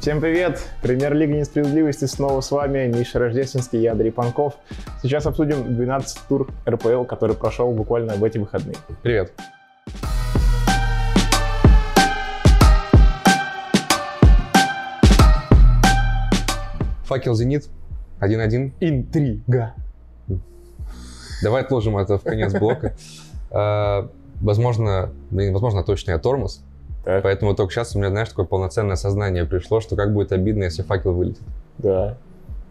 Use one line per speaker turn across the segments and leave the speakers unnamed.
Всем привет! Премьер-лига несправедливости снова с вами. Миша Рождественский, я Андрей Панков. Сейчас обсудим 12 тур РПЛ, который прошел буквально в эти выходные.
Привет. Факел Зенит 1-1.
Интрига.
Давай отложим это в конец блока. А, Возможно, блин, возможно, точно я тормоз.
Так.
Поэтому только сейчас у меня, знаешь, такое полноценное сознание пришло, что как будет обидно, если факел вылетит.
Да.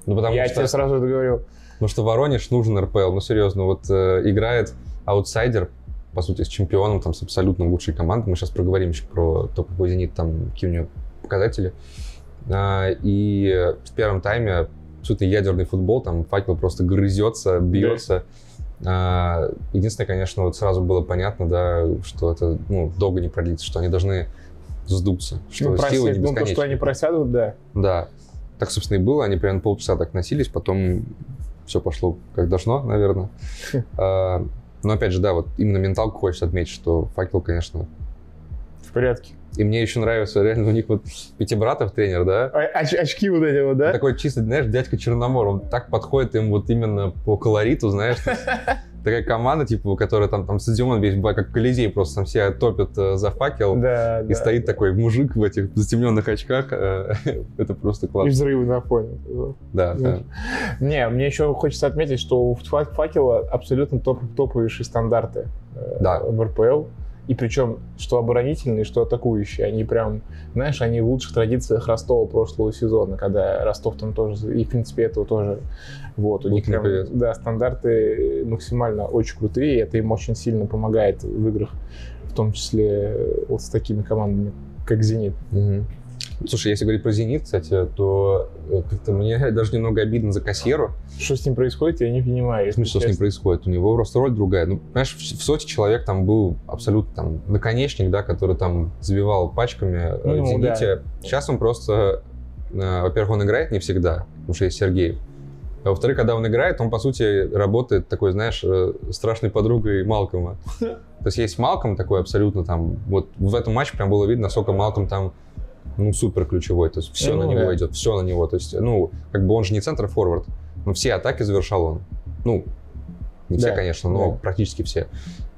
Ну, потому
я
что,
тебе сразу это говорю.
ну, что Воронеж нужен РПЛ. Ну, серьезно, вот э, играет аутсайдер, по сути, с чемпионом, там, с абсолютно лучшей командой. Мы сейчас проговорим еще про то, какой «Зенит», там, какие у него показатели. А, и в первом тайме абсолютно ядерный футбол, там факел просто грызется, бьется. А, Единственное, конечно, вот сразу было понятно, да, что это ну, долго не продлится, что они должны сдуться, что
Ну,
силы
просядь,
не
ну, то, что
бесконечны.
они просядут, да.
Да, так, собственно, и было. Они примерно полчаса так носились, потом все пошло как должно, наверное. А, Но опять же, да, вот именно менталку хочется отметить, что факел, конечно.
В порядке.
И мне еще нравится, реально, у них вот пяти братов тренер, да?
А- оч- очки вот эти вот, да?
Такой чисто, знаешь, дядька Черномор, он так подходит им вот именно по колориту, знаешь, то есть такая команда, типа, которая там, там стадион весь, бывает, как Колизей, просто там все топят э, за факел,
Да,
и
да.
стоит такой мужик в этих затемненных очках, э, это просто
И
классно,
взрывы на фоне.
да, да.
Не, мне еще хочется отметить, что у Фа- факела абсолютно топ топовейшие стандарты э,
Да.
в РПЛ. И причем, что оборонительные, что атакующие. Они прям, знаешь, они в лучших традициях Ростова прошлого сезона, когда Ростов там тоже, и в принципе этого тоже. Вот, у
Вот
них прям,
привет.
да, стандарты максимально очень крутые, и это им очень сильно помогает в играх, в том числе э, вот с такими командами, как «Зенит».
Мгм. Слушай, если говорить про «Зенит», кстати, то э, как-то мне даже немного обидно за кассиру.
Что с ним происходит, я не понимаю.
В
если
смысле, что с ним
честно.
происходит? У него просто роль другая. Ну, понимаешь, в, в Соте человек там был абсолютно там наконечник, да, который там забивал пачками э,
Ну,
в «Зените». Сейчас он просто... э, Во-первых, он играет не всегда, потому что есть Сергеев. А во-вторых, когда он играет, он, по сути, работает такой, знаешь, э, страшной подругой Малкома. То есть есть Малком такой абсолютно там... Вот в этом матче прям было видно, насколько Малком там ну, супер ключевой. То есть все
Ну,
на него
да.
идет, все на него. То есть, ну, как бы он же не центр-форвард, но все атаки завершал он. Ну, не все,
Да,
конечно, но
да.
практически все.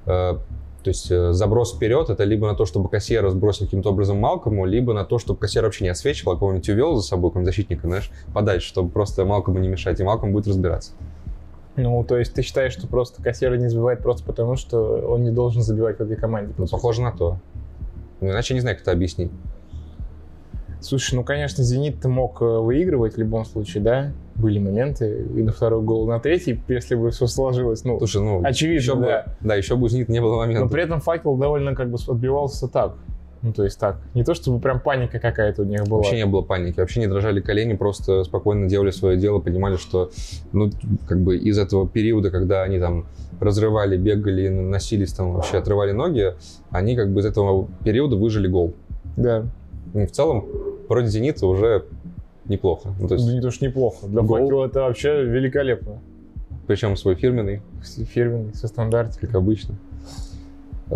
Э, То есть э, заброс вперед, это либо на то, чтобы Кассиера сбросил каким-то образом Малкому, либо на то, чтобы Кассиера вообще не отсвечивал, а кого-нибудь увел за собой, какого-нибудь защитника, знаешь, подальше, чтобы просто Малкому не мешать, и Малком будет разбираться.
Ну, то есть ты считаешь, что просто кассира не забивает просто потому, что он не должен забивать в этой команде?
Ну, похоже на то. Ну, иначе я не знаю, как это объяснить.
Слушай, ну, конечно, «Зенит» мог э, выигрывать в любом случае, да? Были моменты и на второй гол, и на третий, если бы все сложилось, ну...
Слушай, ну,
Очевидно,
еще
да.
бы, да, еще бы у «Зенита» не было
Но
момента.
при этом «Факел» довольно как бы отбивался так. Ну, то есть так. Не то, чтобы прям паника какая-то у них была.
Вообще не было паники, вообще не дрожали колени, просто спокойно делали свое дело, понимали, что ну, как бы из этого периода, когда они там разрывали, бегали, носились, там вообще отрывали ноги, они как бы из этого периода выжили гол.
Да.
Ну, в целом, вроде «Зенита» уже неплохо. Ну, то
Да
есть,
не то, что неплохо. Для
Гол.
«Факела» это вообще великолепно.
причем свой фирменный,
Фирменный, со стандартикой.
как обычно. Э,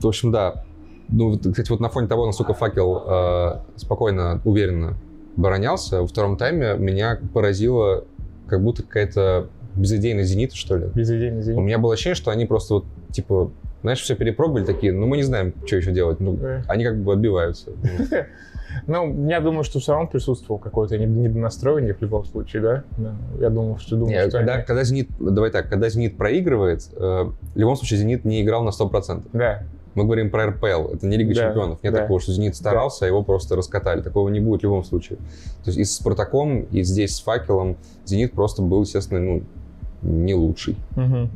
В общем, да. Ну, вот, кстати, вот на фоне того, насколько факел э, спокойно, уверенно оборонялся, во втором тайме меня поразило как будто какая-то безыдейность «Зенита», что ли.
Безыдейный
У
«Зенит».
меня было ощущение, что они просто вот, типа, знаешь, все перепробовали такие, ну, мы не знаем, что еще делать. Ну,
Да.
они как бы отбиваются.
Ну, я думаю, что все равно присутствовал какое-то нед- недонастроение в любом случае, да? Да. Я думал, что думал,
Не,
что
когда,
Ну, они-
когда «Зенит», давай так, когда «Зенит» проигрывает, э, в любом случае «Зенит» не играл на 100%.
Да,
Мы говорим про РПЛ, это не Лига
Да,
Чемпионов. Нет
да.
такого, что «Зенит» старался, а его просто раскатали. Такого не будет в любом случае. То есть и с «Спартаком», и здесь с «Факелом» «Зенит» просто был, естественно, ну, не лучший.
Мгм.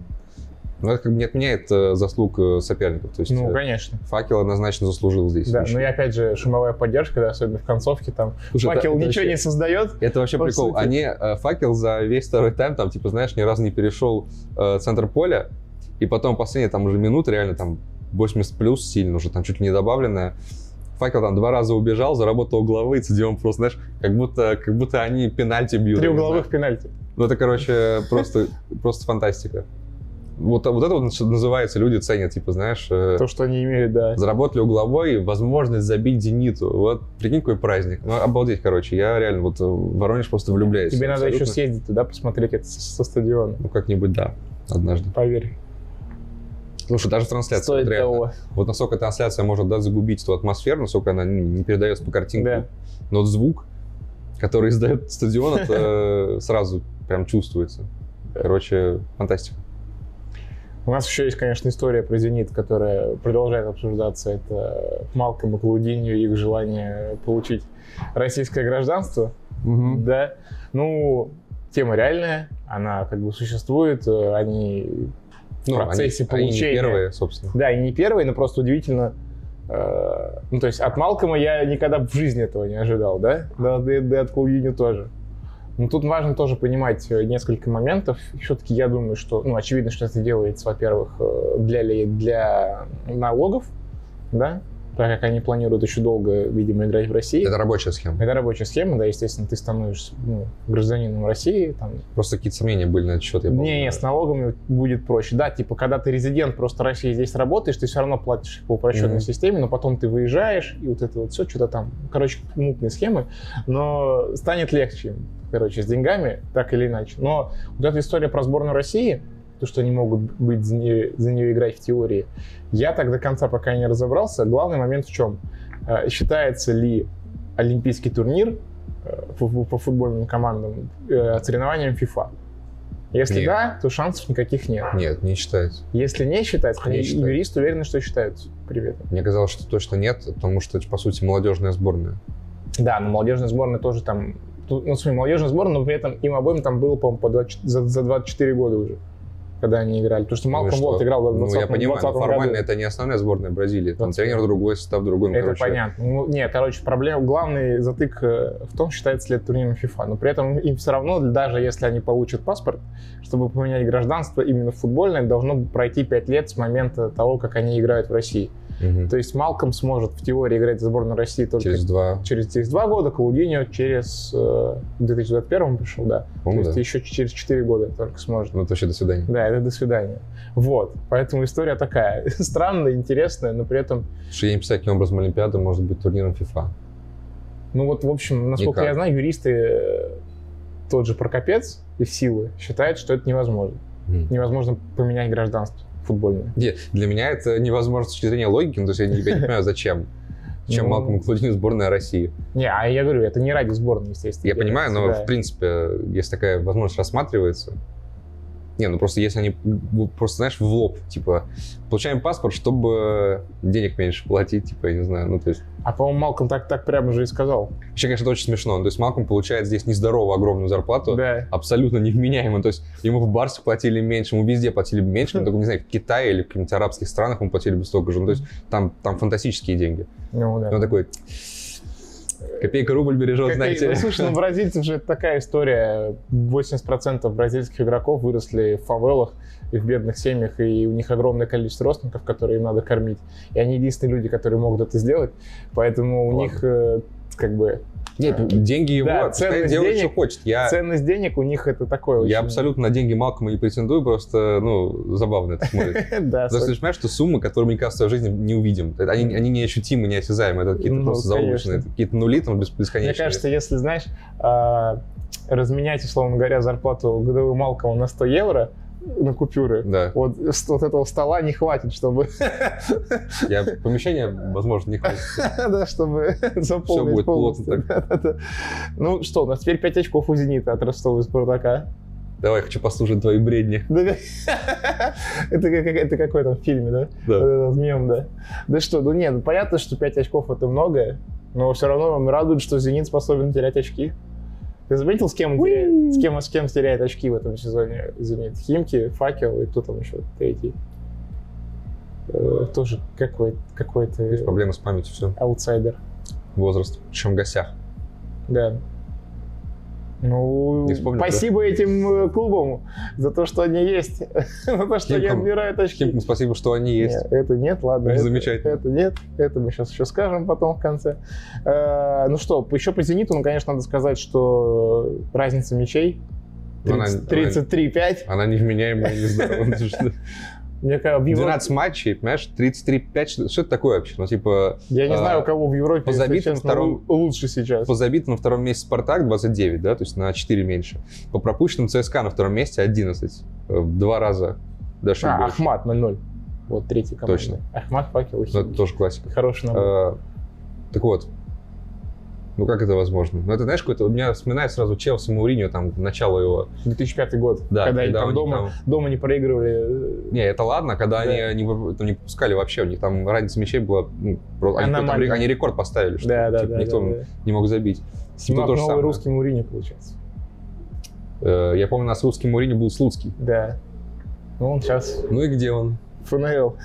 Но это как бы не отменяет э, заслуг э, соперников. То есть
ну,
э,
конечно.
«Факел» однозначно заслужил здесь.
Да, ну,
ничего.
но и опять же, шумовая поддержка, да, особенно в концовке, там,
Слушай, это-
факел
это
ничего
вообще-
не создает,
Это вообще
По
прикол.
сути.
Они э, факел за весь второй тайм, там, типа, знаешь, ни разу не перешел э, центр поля, и потом последние там уже минут, реально там 80 плюс сильно уже, там чуть ли не добавленное. Факел там два раза убежал, заработал угловые, Цидион просто, знаешь, как будто, как будто они пенальти бьют.
три
я не
угловых пенальти.
знаю. Ну это, короче, просто, просто фантастика. Вот, вот это вот нач- называется, люди ценят, типа, знаешь, э,
То, что они имели, да.
заработали угловой, возможность забить «Зениту». Вот, прикинь, какой праздник. Ну, обалдеть, короче, я реально вот э, в Воронеж просто влюбляюсь.
Тебе надо еще
Абсолютно.
съездить туда, посмотреть это со со стадиона.
Ну, как-нибудь, да, однажды.
Поверь,
Слушай, даже трансляция.
стоит
вот реально.
того.
Вот насколько трансляция может да, загубить ту атмосферу, насколько она не не передается по картинке.
Да.
Но вот звук, который издает стадион, это э, сразу прям чувствуется. Короче, фантастика.
У нас еще есть, конечно, история про «Зенит», которая продолжает обсуждаться. Это Малком и Клаудинью, их желание получить российское гражданство. Да. Ну, тема реальная, она как бы существует, э, они...
Ну, они-
процессе
они не
получения.
первые, собственно.
Да, и не первые, но просто удивительно... э, Ну, то есть от Малкома я никогда в жизни этого не ожидал, да? Да, да, и- да и от Клаудиньо тоже. Но тут важно тоже понимать э, несколько моментов. Все-таки я думаю, что, ну, очевидно, что это делается, во-первых, э, для, ли- для налогов, да? Так как они планируют еще долго, видимо, играть в России.
Это рабочая схема.
Это рабочая схема, да, естественно, ты становишься ну, гражданином России, там,
Просто какие-то сомнения были на этот счет. я помню.
не, не, с налогами будет проще. Да, типа, когда ты резидент просто России здесь работаешь, ты все равно платишь по упрощенной
Мгм.
системе, но потом ты выезжаешь, и вот это вот все, что-то там, короче, мутные схемы, но станет легче, короче, с деньгами, так или иначе. Но вот эта история про сборную России, то, что они могут быть за нее, за нее играть в теории, я так до конца пока не разобрался. Главный момент в чем? Э, Считается ли олимпийский турнир э, по, фу- по футбольным командам э, соревнованием FIFA? Если
Нет.
да, то шансов никаких нет.
Нет, не считается.
Если не считается, то
Не
и- и
считается.
юристы уверены, что считаются. Привет.
Мне казалось, что точно нет, потому что, это, по сути, молодежная сборная.
Да, но молодежная сборная тоже там... Ну, в смысле, молодежная сборная, но при этом им обоим там было, по-моему, по 24 за, за 24 года уже, когда они играли. Потому что
Ну и
Малком
что?
Волт играл в 20
Ну, я понимаю, но
20 году.
формально это не основная сборная Бразилии. Там
Вот.
тренер другой, состав другой. Ну,
Это
короче,
понятно. Ну, нет, короче, проблема, главный затык э, в том, считается ли это турниром FIFA. Но при этом им все равно, даже если они получат паспорт, чтобы поменять гражданство именно футбольное, должно пройти 5 лет с момента того, как они играют в России.
мгм.
То есть Малком сможет в теории играть за сборную России только
Через
через,
два...
через два года, Клаудиньо через... э, в 2021 пришел, да.
по-моему,
То есть
Ну да.
еще через 4 года только сможет.
Ну, это вообще до свидания.
Да, это до свидания. Вот. Поэтому история такая странная, интересная, но при этом
Что я не представляю, каким образом Олимпиада может быть турниром FIFA.
Ну вот, в общем, насколько
Никак.
я знаю, юристы, э, тот же Прокопец и силы считают, что это невозможно. Невозможно поменять гражданство футбольное.
Не, для меня это невозможно с точки зрения логики, ну, то есть я не, я не понимаю, зачем. Чем
Ну.
Малком Клудин сборная России.
Не, а я говорю, это не ради сборной, естественно.
Я понимаю, но
делается,
в принципе, если такая возможность рассматривается. Не, ну просто если они ну, просто, знаешь, в лоб, типа, получаем паспорт, чтобы денег меньше платить, типа, я не знаю, ну то есть.
да. А, по-моему, Малком так, так прямо же и сказал.
Вообще, конечно, это очень смешно. ну, То есть Малком получает здесь нездоровую огромную зарплату,
Да.
абсолютно невменяемо. То есть ему в Барсе платили меньше, ему везде платили
Хм.
меньше, но только, не знаю, в Китае или в каких-нибудь арабских странах ему платили бы столько же. Ну, то есть там, там фантастические деньги.
Ну, да.
И он такой, копейка рубль бережет,
Как и-
знаете.
ну, слушай, ну, бразильцев же это такая история. 80% бразильских игроков выросли в фавелах и в бедных семьях, и у них огромное количество родственников, которые им надо кормить. И они единственные люди, которые могут это сделать. Поэтому у
Ладно.
них э, как бы
Нет, деньги его,
Да,
пускай
ценность
делает,
денег-
что хочет. Я,
Ценность денег у них это такое
А, я
очень-
абсолютно на деньги Малкома не претендую, просто, ну, забавно это смотрится.
Да,
Потому что ты же понимаешь, что суммы, которые мы никогда в своей жизни не увидим, Это- они, они неощутимы, неосязаемы, это какие-то
Ну,
просто заоблачные,
конечно.
какие-то нули там бес- бесконечные.
Мне кажется, если, знаешь, а, разменять, условно говоря, зарплату годовую Малкова на 100 евро на купюры,
Да.
вот, с- вот этого стола не хватит, чтобы,
Я помещение, возможно, не хватит.
да, чтобы заполнить
будет
полностью.
плотно
Да-да-да. Ну что, у нас теперь 5 очков у «Зенита» от Ростова и «Спартака».
Давай, хочу послушать твои бредни.
Да, как- Это, как, это какой там в фильме, да? Вот
Да.
этот мем, да. Да что, ну нет, ну понятно, что 5 очков это многое, но все равно вам радует, что Зенит способен терять очки. Ты заметил, с кем, он теряет, с кем, с кем теряет очки в этом сезоне Зенит? Химки, Факел и кто там еще третий? Э, тоже какой- какой-то
Есть проблемы с памятью, все.
аутсайдер.
Возраст. Причем гасях.
Да. Ну,
Не вспомнил, да?
спасибо этим э, клубам за то то, что они есть, за то, что они
Химкам-
отбирают очки.
Химкам ну, спасибо, что они есть.
Нет, это нет, ладно.
Это
Это,
замечательно.
это нет, это мы сейчас еще скажем потом в конце. Э, ну что, еще по «Зениту», ну, конечно, надо сказать, что разница мячей
Она-
30 33-5.
Она невменяемая и нездоровая. Ты что?
Мне кажется, в Евро-
12 матчей, понимаешь, 33-5, что это такое вообще? Ну, типа,
Я не
а,
знаю, у кого в Европе, если
позабит
честно,
втором-
лу- лучше сейчас.
по забитым на втором месте Спартак 29, да, то есть на 4 меньше. По пропущенным ЦСКА на втором месте 11. э, в Два раза. Даже
А,
больше.
Ахмат 0-0. Вот третий команда.
Точно.
Ахмат, Факел и
Ну, это
Химки.
тоже классика.
Хороший набор.
Э, Так вот, ну как это возможно? Ну это, знаешь, какой-то, у меня вспоминает сразу Челси Мауриньо, там, начало его.
2005 год,
Да,
когда они
у
там
них
дома,
там-
дома не проигрывали.
Не, это ладно, когда
Да.
они не, вып- там не пропускали вообще, у них там разница мячей была, ну, просто- они,
Аномальная.
там ре- они рекорд поставили, что
Да, да,
типа,
да.
никто
да, да.
не мог забить.
Симак
тоже
новый
самое.
русский Мурини получается.
Э, Я помню, у нас русский Мурини был Слуцкий.
Да. Ну, он сейчас
Ну и где он?
ФНЛ.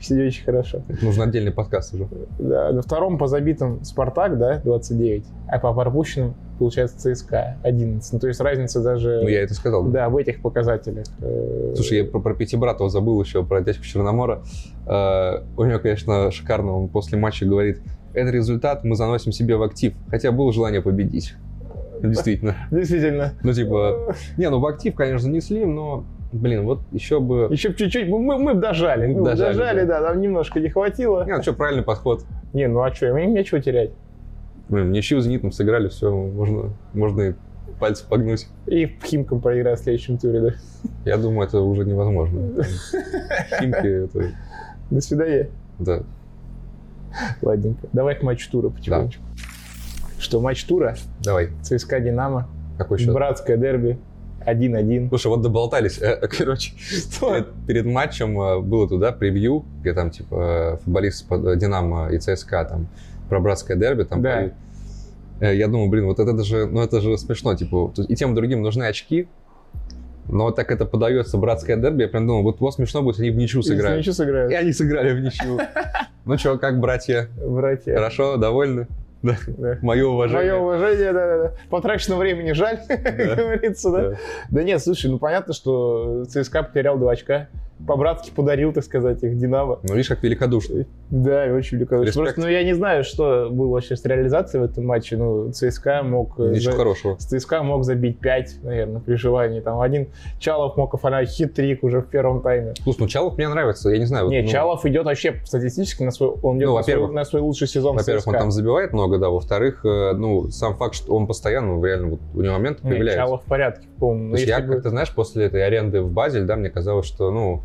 Все очень хорошо.
Это нужен отдельный подкаст уже.
Да, на втором по забитым Спартак, да, 29, а по пропущенным получается ЦСКА 11. Ну, то есть разница даже...
Ну я это сказал. да.
Да, в этих показателях. Э,
Слушай, я про, про Пятибратова забыл еще, про дядьку Черномора. Э, у него, конечно, шикарно, он после матча говорит, этот результат мы заносим себе в актив, хотя было желание победить. э, Действительно.
Действительно.
Ну, типа, не, ну в актив, конечно, занесли, но, блин, вот еще бы...
Еще б чуть-чуть, мы, мы б дожали.
Мы б
Мы б
дожали,
дожали, да. нам немножко не хватило.
Не, ну что, правильный подход.
Не, ну а что, им нечего терять.
Блин, ничью с «Зенитом» сыграли, все, можно, можно и пальцы погнуть.
И Химкам проиграть в следующем туре, да.
Я думаю, это уже невозможно. Химки, это...
До свидания.
Да.
Ладненько. Давай к матчу тура потихонечку. Что, матч тура,
Давай,
ЦСКА «Динамо»,
какой счет?
братское дерби, 1-1.
Слушай, вот доболтались. Э, Короче, перед, перед матчем э, было туда превью, где там, типа, э, футболисты под- э, Динамо и ЦСКА, там, про братское дерби, там,
Да.
поют. Э, Я думаю, блин, вот это даже, ну, это же смешно, типа, то есть и тем и другим нужны очки, но вот так это подается братское дерби, я прям думал, вот, вот смешно будет, если они в ничью сыграют.
Ничего
И
сыграют.
они сыграли в ничью. Ну что, как, братья?
Братья.
Хорошо, довольны?
Да.
Мое уважение.
Мое уважение, да, да, да. Потраченного времени жаль,
Да.
как говорится, да?
Да.
Да нет, слушай, ну понятно, что ЦСКА потерял два очка. По-братски подарил, так сказать, их Динамо.
Ну, видишь, как великодушно.
Да, и очень великолепно.
Респект.
Просто, ну, я не знаю, что было сейчас с реализацией в этом матче. Ну, ЦСКА мог... э,
Ничего
за-
хорошего.
С ЦСКА мог забить 5, наверное, при желании. Там один Чалов мог оформлять хит-трик уже в первом тайме.
Слушай, ну Чалов мне нравится, я не знаю. вот,
Не,
ну,
Чалов идет вообще статистически на свой, он идет
Ну,
на, свой,
во-первых.
на свой лучший сезон в
Во-первых, он
ЦСКА.
там забивает много, да. Во-вторых, э, ну, сам факт, что он постоянно, ну, реально, вот у него моменты
Не,
появляются.
Чалов Ну, в порядке, по-моему.
То
Но
есть я
если бы-
как-то, знаешь, после этой аренды в Базель, да, мне казалось, что, ну...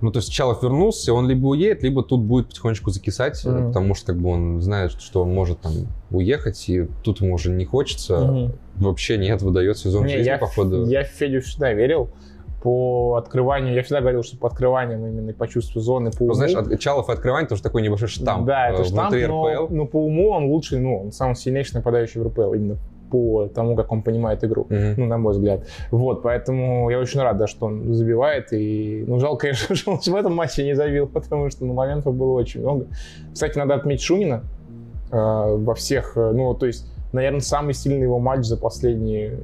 Ну, то есть Чалов вернулся, он либо уедет, либо тут будет потихонечку закисать, э,
Мгм.
потому что, как бы, он знает, что он может там уехать, и тут ему уже не хочется.
Мгм.
Вообще нет, выдает сезон
Не,
жизни,
я,
походу.
я в Федю всегда верил. По открыванию, я всегда говорил, что по открываниям именно и по чувству зоны, по уму.
Ну, знаешь, от- Чалов и открывание тоже такой небольшой штамп
Да,
э,
это штамп,
внутри
но,
РПЛ.
но по уму он лучший, ну, он самый сильнейший нападающий в РПЛ, именно по тому, как он понимает игру.
Мгм.
Ну, на мой взгляд. Вот, поэтому я очень рад, да, что он забивает. И, ну, жалко, конечно, что он в этом матче не забил, потому что ну, моментов было очень много. Кстати, надо отметить Шунина э, во всех, э, ну, то есть, наверное, самый сильный его матч за последние... э,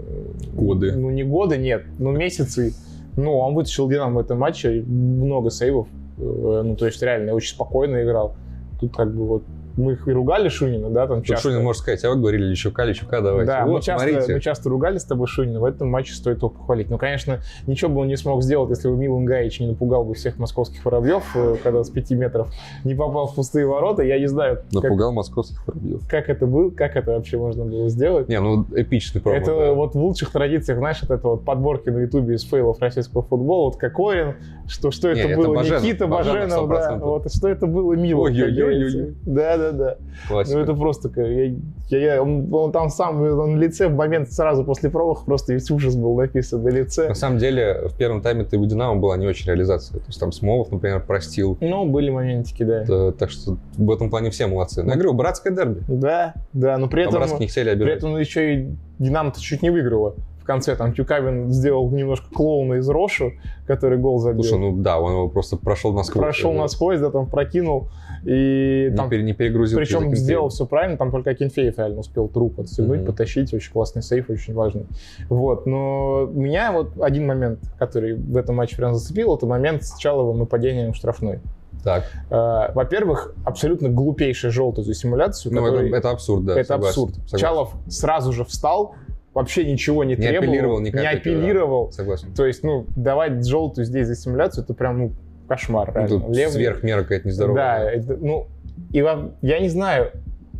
Годы.
Ну, не годы, нет, ну, месяцы. Ну, он вытащил Динамо в этом матче, много сейвов. э, Ну, то есть, реально, очень спокойно играл. Тут как бы вот мы их и ругали Шунина, да, там
Тут
часто.
Шунин может сказать, а вы говорили Лещука, Лещука давайте.
Да, мы,
вот,
часто,
смотрите.
мы часто ругали с тобой Шунина, в этом матче стоит его похвалить. Ну, конечно, ничего бы он не смог сделать, если бы Милан Гаич не напугал бы всех московских воробьев, э, когда с пяти метров не попал в пустые ворота. Я не знаю, как,
Напугал московских воробьев.
как это был, как это вообще можно было сделать.
Не, ну эпичный промо.
это
да.
вот в лучших традициях, знаешь, от этого вот подборки на Ютубе из фейлов российского футбола, вот Кокорин, что, что
Не,
это
это
было,
Баженов,
Никита
Баженов
Баженов, да,
100%.
вот что это было мило. как
Ой-ой-ой-ой-ой.
говорится. Да-да-да.
Классика.
Ну, это просто... как- Я, я- я- он, он там сам, он на лице в момент сразу после пробах просто весь ужас был написан на лице.
На самом деле, в первом тайме ты у Динамо была не очень реализация. То есть там Смолов, например, простил.
Ну, были моментики, да.
Э, Так что в этом плане все молодцы. Но я говорю, братское дерби.
Да, да, но при
По
этом...
братски не хотели
При
обижать.
этом еще и Динамо-то чуть не выиграла. В конце там Тюкавин сделал немножко клоуна из Рошу, который гол забил.
Слушай, ну да, он его просто прошел насквозь.
Прошел
Его
насквозь, да, там прокинул. И
Не,
там
пере- не перегрузил. через
Причем
Акинфеева.
сделал все правильно, там только Акинфеев реально успел труп отстегнуть,
Мгм.
потащить, очень классный сейф, очень важный. Вот, но меня вот один момент, который в этом матче прям зацепил, это момент с Чаловым и падением в штрафной.
Так,
Э, Во-первых, абсолютно глупейшая желтую за симуляцию,
ну это,
которой-
это абсурд, да.
это
согласен,
абсурд.
согласен.
Чалов сразу же встал, вообще ничего не,
Не
требовал,
апеллировал
не
ни капельки, да.
апеллировал.
Согласен.
То есть, ну, давать желтую здесь за симуляцию, это прям, ну, кошмар.
Ну,
реально.
тут
Левый-
сверх меры какая-то
Да,
нездоровая.
это, ну, и во- я не знаю,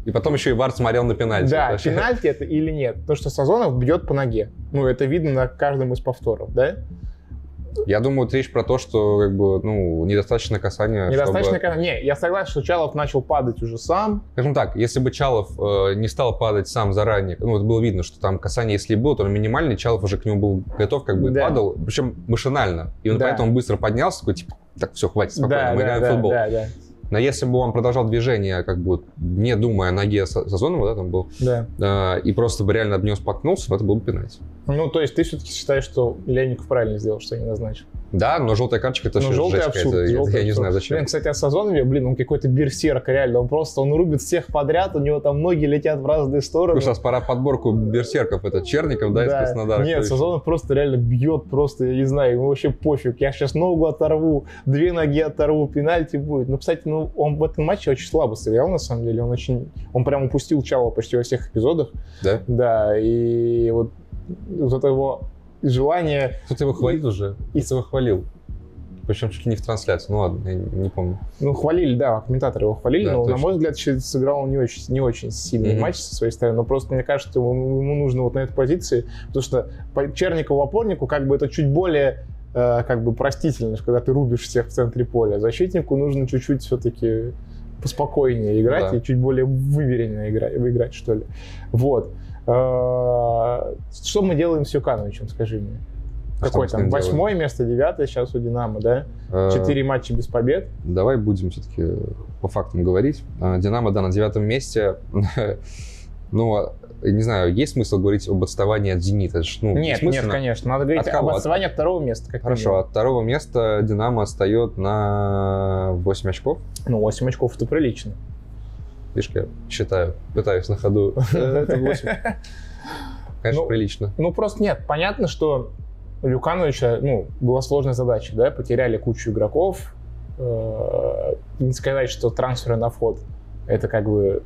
И потом еще и Вар смотрел на пенальти.
да,
Это вообще-
пенальти это или нет. Потому что Сазонов бьет по ноге. Ну, это видно на каждом из повторов, да?
Я думаю, вот речь про то, что как бы, ну, недостаточно касания.
Недостаточно...
чтобы-
когда- Не, я согласен, что Чалов начал падать уже сам.
Скажем так, если бы Чалов э, не стал падать сам заранее, ну, вот было видно, что там касание, если и было, то оно минимальное, Чалов уже к нему был готов, как бы, и
Да.
падал, причем машинально. И он
Да.
поэтому быстро поднялся, такой, типа, так, все, хватит, спокойно,
да,
мы
да,
играем в
да,
футбол.
да, да,
Но если бы он продолжал движение, как бы, вот, не думая о ноге Са- Сазонова, да, там был,
да.
э, и просто бы реально об него споткнулся, ну, это был бы пенальти.
Ну, то есть ты все-таки считаешь, что Леонидов правильно сделал, что не назначил.
Да, но желтая карточка, это
ну,
вообще
желтый
жесть
абсурд.
какая-то, я-
желтый
я, не
абсурд.
знаю, зачем.
Блин, кстати, о Сазонове, блин, он какой-то берсерк, реально. Он просто, он рубит всех подряд, у него там ноги летят в разные стороны.
Ну, сейчас пора подборку берсерков, это Черников, да, из Краснодара. кто
Нет,
еще?
Сазонов просто реально бьет, просто, я не знаю, ему вообще пофиг. Я сейчас ногу оторву, две ноги оторву, пенальти будет. Ну, кстати, ну, он в этом матче очень слабо сыграл, на самом деле. Он очень... Он прям упустил Чава почти во всех эпизодах.
Да?
Да, и вот, вот это его желание...
Кто-то Ну, его хвалил уже,
и-
кто-то его хвалил. Причем чуть ли не в трансляции, ну ладно, я не помню.
Ну, хвалили, да, комментаторы его хвалили,
Да,
но, на
точно.
мой взгляд, щ- сыграл он не очень, не очень сильный
Мгм.
матч со своей стороны. Но просто, мне кажется, ему, ему нужно вот на этой позиции, потому что по Черникову опорнику как бы это чуть более э, как бы простительно, когда ты рубишь всех в центре поля. а Защитнику нужно чуть-чуть все-таки поспокойнее играть
да.
и чуть более выверенно играть, выиграть, что ли. Вот. Э, Что мы делаем с Юкановичем, скажи мне?
А
Какой
что мы с ним
там?
делаем?
Восьмое место, девятое сейчас у Динамо, да?
Э,
Четыре матча без побед.
Давай будем все-таки по фактам говорить. Э, Динамо, да, на девятом месте. Но, не знаю, есть смысл говорить об отставании от «Зенита»? Это ж, ну,
Нет, нет,
бессмысленно.
конечно. Надо говорить
От
об
кого?
отставании от второго места. Как
Хорошо, от второго места «Динамо» отстает на 8 очков.
минимум. Ну, 8 очков это прилично.
Видишь, как я считаю, пытаюсь на ходу. Э, Это 8. Конечно,
Ну,
прилично.
Ну, просто нет. Понятно, что у Люкановича, ну, была сложная задача, да, потеряли кучу игроков. Э, Не сказать, что трансферы на вход это как бы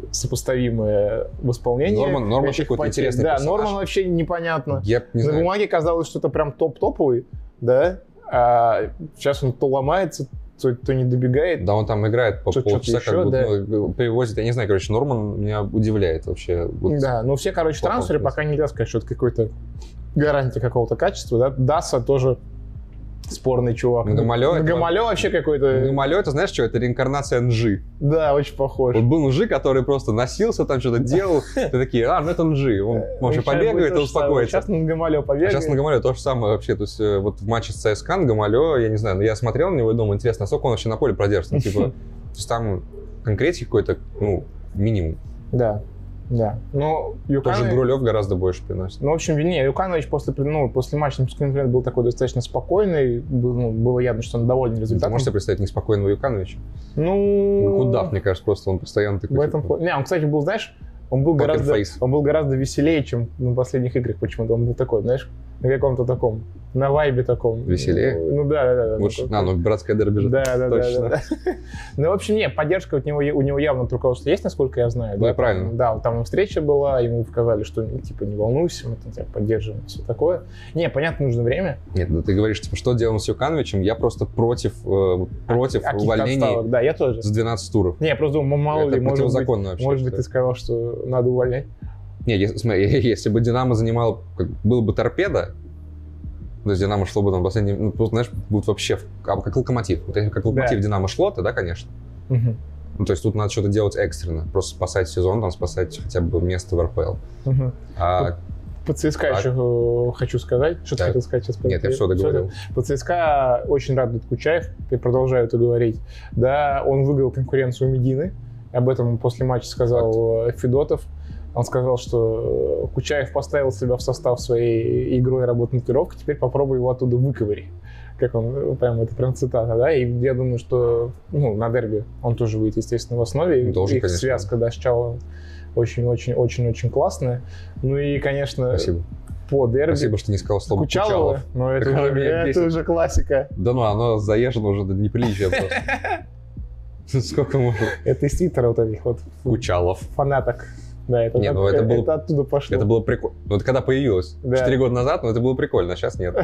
сопоставимое восполнение.
Норман- Норман
этих
какой-то
потерь.
интересный
Да,
персонаж.
Норман вообще непонятно.
Я не
На
знаю.
бумаге казалось, что это прям топ-топовый, да, а сейчас он то ломается, то, то не добегает.
Да, он там играет по
Чё- чё-то
полчаса,
ещё,
как будто ну, привозит. Я не знаю, короче, Норман меня удивляет вообще. Вот
Да, но все, короче,
Попал
трансферы
в
пока нельзя сказать, что это какой-то гарантия какого-то качества. Да? Даса тоже спорный чувак.
Гамалё это-
Гамалё вообще какой-то...
Гамалё, это знаешь что? Это реинкарнация НЖи.
Да, очень похож.
Вот был НЖи, который просто носился, там что-то делал. Ты такие, а, ну это НЖи. Он,
Э,
может, побегает и успокоится. А
Сейчас на Гамалё побегает.
Сейчас на Гамале то же самое вообще. То есть э, вот в матче с ЦСКА на Гамале, я не знаю, но я смотрел на него и думал, интересно, насколько он вообще на поле продержится. Ну, Типа, то есть там конкретики какой-то, ну, минимум.
Да, да. Но
Тот же
Юканович...
Грулев гораздо больше приносит.
Ну, в общем, не, Юканович после, ну, после матча на пресс-конференции был такой достаточно спокойный, был, ну, было явно, что он доволен
Ты
результатом.
можешь себе представить неспокойного Юкановича?
Ну...
Удав, мне кажется, просто он постоянно такой.
В этом
типа,
плане. Не, он, кстати, был, знаешь, он был
Poker
гораздо,
face.
он был гораздо веселее, чем на последних играх почему-то. Он был такой, знаешь, на каком-то таком, на вайбе таком.
Веселее?
Ну да, да, да. да,
Вот,
такой.
а, ну братская дерби же.
да, да, да,
точно.
да, да. Ну, в общем, не, поддержка от него, у него явно от руководства есть, насколько я знаю.
Ну
да,
и правильно.
Там, да, вот там и встреча была, ему сказали, что, ну, типа, не волнуйся, мы там тебя поддерживаем, все такое. Не, понятно, нужно время.
Нет, ну ты говоришь, типа, что делаем с Юкановичем? Я просто против, э, вот против
А каких-то
увольнений
отставок, Да, я тоже.
с 12 туров.
Не, я просто думал, мало
это
ли, может быть,
противозаконно вообще.
может быть, ты сказал,
считаю.
что надо увольнять.
Не, если, смотри, если бы Динамо занимал, как, было бы торпеда, то есть Динамо шло бы там последний, ну, просто, знаешь, будет вообще в- а, как локомотив. Вот если бы как локомотив Динамо шло, то да, конечно.
Мгм.
Ну, то есть тут надо что-то делать экстренно, просто спасать сезон, там, спасать хотя бы место в РПЛ.
Мгм.
А,
По ЦСКА
Так.
еще э, хочу сказать. Что ты
Так.
хотел сказать сейчас?
нет, я все договорил.
По ЦСКА очень радует Кучаев, я продолжаю это говорить. Да, он выиграл конкуренцию у Медины. Об этом он после матча сказал э, Федотов. Он сказал, что э, Кучаев поставил себя в состав своей игрой работы нотировки, теперь попробуй его оттуда выковыри. Как он, э, прям это прям цитата, да? И я думаю, что ну, на дерби он тоже будет, естественно, в основе.
Ну, должен,
Их
конечно.
связка, да, с Чаловым очень-очень-очень-очень классная. Ну и, конечно,
Спасибо.
по дерби.
Спасибо, что не сказал слово
Кучалова,
Кучалов.
но Ну, это,
Так уже
уже,
меня
это
бесит.
уже классика.
Да ну, оно заезжено уже до неприличия просто. Сколько можно?
Это из Твиттера вот этих вот
Кучалов.
фанаток. Да, это,
Не,
так-
ну это было-
оттуда пошло.
Это было прикольно. Ну, это когда появилось.
Да.
Четыре года назад, но это было прикольно, а сейчас нет.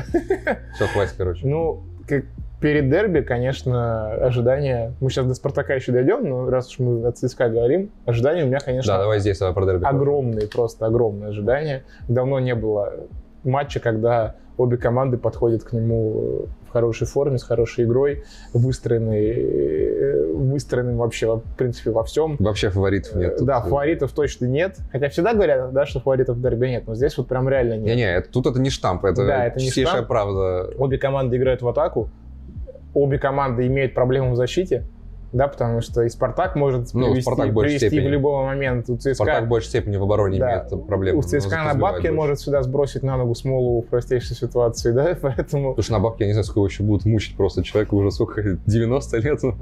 Все, хватит, короче.
Ну, как перед дерби, конечно, ожидания... Мы сейчас до «Спартака» еще дойдем, но раз уж мы от ЦСКА говорим, ожидания у меня, конечно,
Да, давай здесь давай про дерби.
огромные, просто огромные ожидания. Давно не было матча, когда обе команды подходят к нему в хорошей форме, с хорошей игрой, выстроенной, выстроенным вообще, в принципе, во всем.
Вообще фаворитов нет.
Э, да,
Тут-
фаворитов точно нет. Хотя всегда говорят, да, что фаворитов в дерби нет, но здесь вот прям реально нет.
Не-не, это- тут это не штамп, это,
Да, это не
чистейшая
штамп.
правда.
обе команды играют в атаку, обе команды имеют проблему в защите, да, потому что и Спартак может
Ну,
привести,
«Спартак» в большей
привести в
степени.
любой момент. У ЦСКА,
Спартак в большей степени в обороне
Да,
имеет проблемы.
у
но
ЦСКА на
забивает
бабке
больше.
может сюда сбросить на ногу смолу в простейшей ситуации, да, поэтому...
Потому что на бабке, я не знаю, сколько еще будут мучить просто человека уже сколько, 90 лет. ну.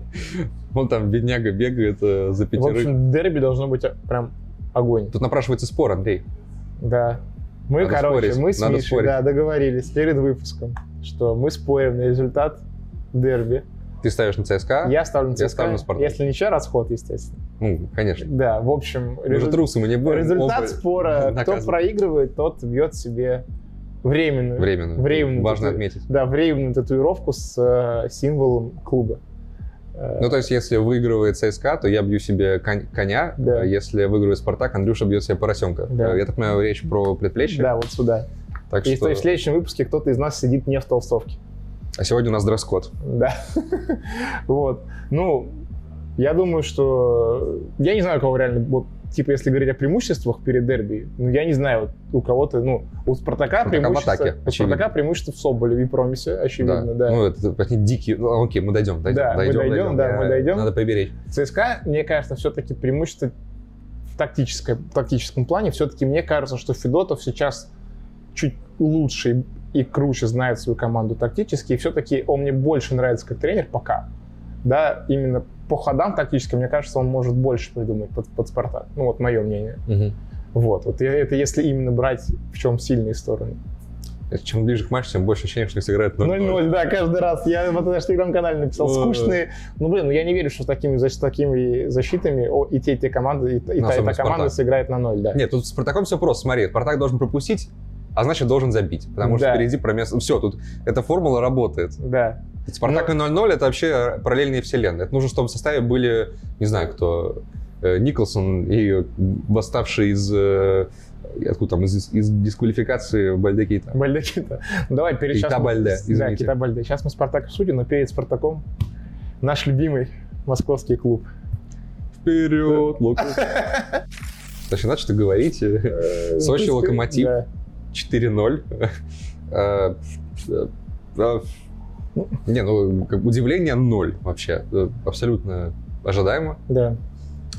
Он там, бедняга, бегает э, за
В
пятерых.
общем, дерби должно быть а, прям огонь.
Тут напрашивается спор, Андрей.
Да. Мы,
Надо
короче,
спорить,
мы с
надо
Мишей
спорить.
да, договорились перед выпуском, что мы спорим на результат дерби.
Ты ставишь на ЦСКА?
я ставлю на
А? я
ЦСКА,
ставлю на «Спартак».
если ничего, расход, естественно.
Ну, конечно.
Да, в общем,
Мы же
резу-
трусы, мы не будем.
Результат
оба
спора, кто
наказаны.
проигрывает, тот бьет себе временную,
Временно.
Временно.
Важно
Тут-
отметить.
да, временную татуировку с э, символом клуба. Э,
Ну, то есть, если выигрывает ЦСКА, то я бью себе кон- коня.
Да.
а Если выигрывает Спартак, Андрюша бьет себе поросенка.
Да.
Э, Я так понимаю, речь про предплечье.
да, вот сюда.
Так
И
что...
то есть в следующем выпуске кто-то из нас сидит не в толстовке.
А сегодня у нас дресс-код.
Да. Вот. Ну, я думаю, что... Я не знаю, у кого реально... Вот, типа, если говорить о преимуществах перед дерби, ну, я не знаю, вот, у кого-то... Ну, у Спартака
Спартака в
преимущество...
атаке,
у Спартака
очевидно.
преимущество в Соболе и Промисе, очевидно, да.
Ну, это такие дикие... Ну, окей, мы дойдем, дойдем,
Да, мы
дойдем,
дойдем, да,
Я-
мы дойдем.
Надо поберечь.
ЦСКА, мне кажется, все-таки преимущество в тактическом, в тактическом плане. Все-таки мне кажется, что Федотов сейчас чуть лучше и, и круче знает свою команду тактически. И все-таки он мне больше нравится как тренер пока. Да, именно по ходам тактическим, мне кажется, он может больше придумать под, под Спартак. Ну, вот мое мнение.
Мгм.
Вот. Вот я- это если именно брать, в чем сильные стороны.
Это Чем ближе к матчу, тем больше ощущение, что сыграет 0-0.
0-0, Ну, да, каждый раз. Я вот на телеграм-канале написал
Ну, Ой.
скучные. Ну, блин, ну я не верю, что с такими, защ- с такими защитами о, и те, и те команды, и, та- и
Ну,
та, и та
особенно
команда
«Спартак».
сыграет на ноль, да.
Нет, тут с Спартаком все просто. Смотри, Спартак должен пропустить, а значит должен забить. Потому что
Да.
впереди промес... Все, тут эта формула работает.
Да.
Спартак и 0-0 это вообще параллельные вселенные. Это нужно, чтобы в составе были, не знаю, кто, э, Николсон и восставший из, э, откуда там, из, из дисквалификации Бальде Кейта.
Бальде Кита. Ну, Давай перед
Кита
сейчас... мы-
Бальде,
Да,
извините.
Кита Бальде. Сейчас мы Спартак обсудим, но перед Спартаком наш любимый московский клуб.
Вперед, Локомотив. Значит, начали говорить. э, Сочи, Локомотив.
Да.
4-0. Э, э, э, Не, ну, как бы удивление ноль вообще. Э, Абсолютно ожидаемо.
да.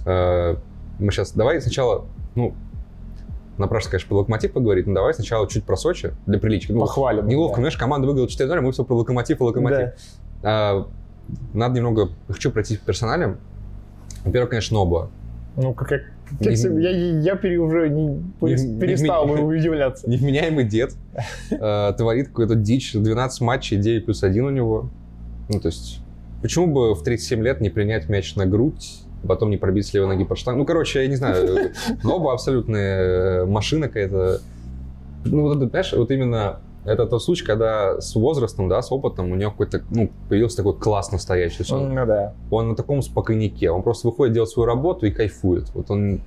Э, Мы сейчас, давай сначала, ну, напрасно, конечно, про локомотив поговорить, но давай сначала чуть про Сочи для приличия. Ну,
Похвалим.
неловко,
да.
знаешь, команда выиграла 4-0, мы все про локомотив и локомотив. Э, Надо немного, хочу пройти по персоналям. Во-первых, конечно, оба.
Ну, как, как-
Не-
как себе- я, я пере- уже не-
Не-
перестал
не-
удивляться.
Невменяемый дед э, творит какую-то дичь. 12 матчей, 9 плюс 1 у него. Ну, то есть, почему бы в 37 лет не принять мяч на грудь, потом не пробить с левой ноги под штангу? Ну, короче, я не знаю. Но оба абсолютная э, машина какая-то. Ну, вот это, знаешь, вот именно это тот случай, когда с возрастом, да, с опытом у него какой-то, ну, появился такой класс настоящий. То есть он
Ну, да.
он на таком спокойнике. Он просто выходит делать свою работу и кайфует. Вот он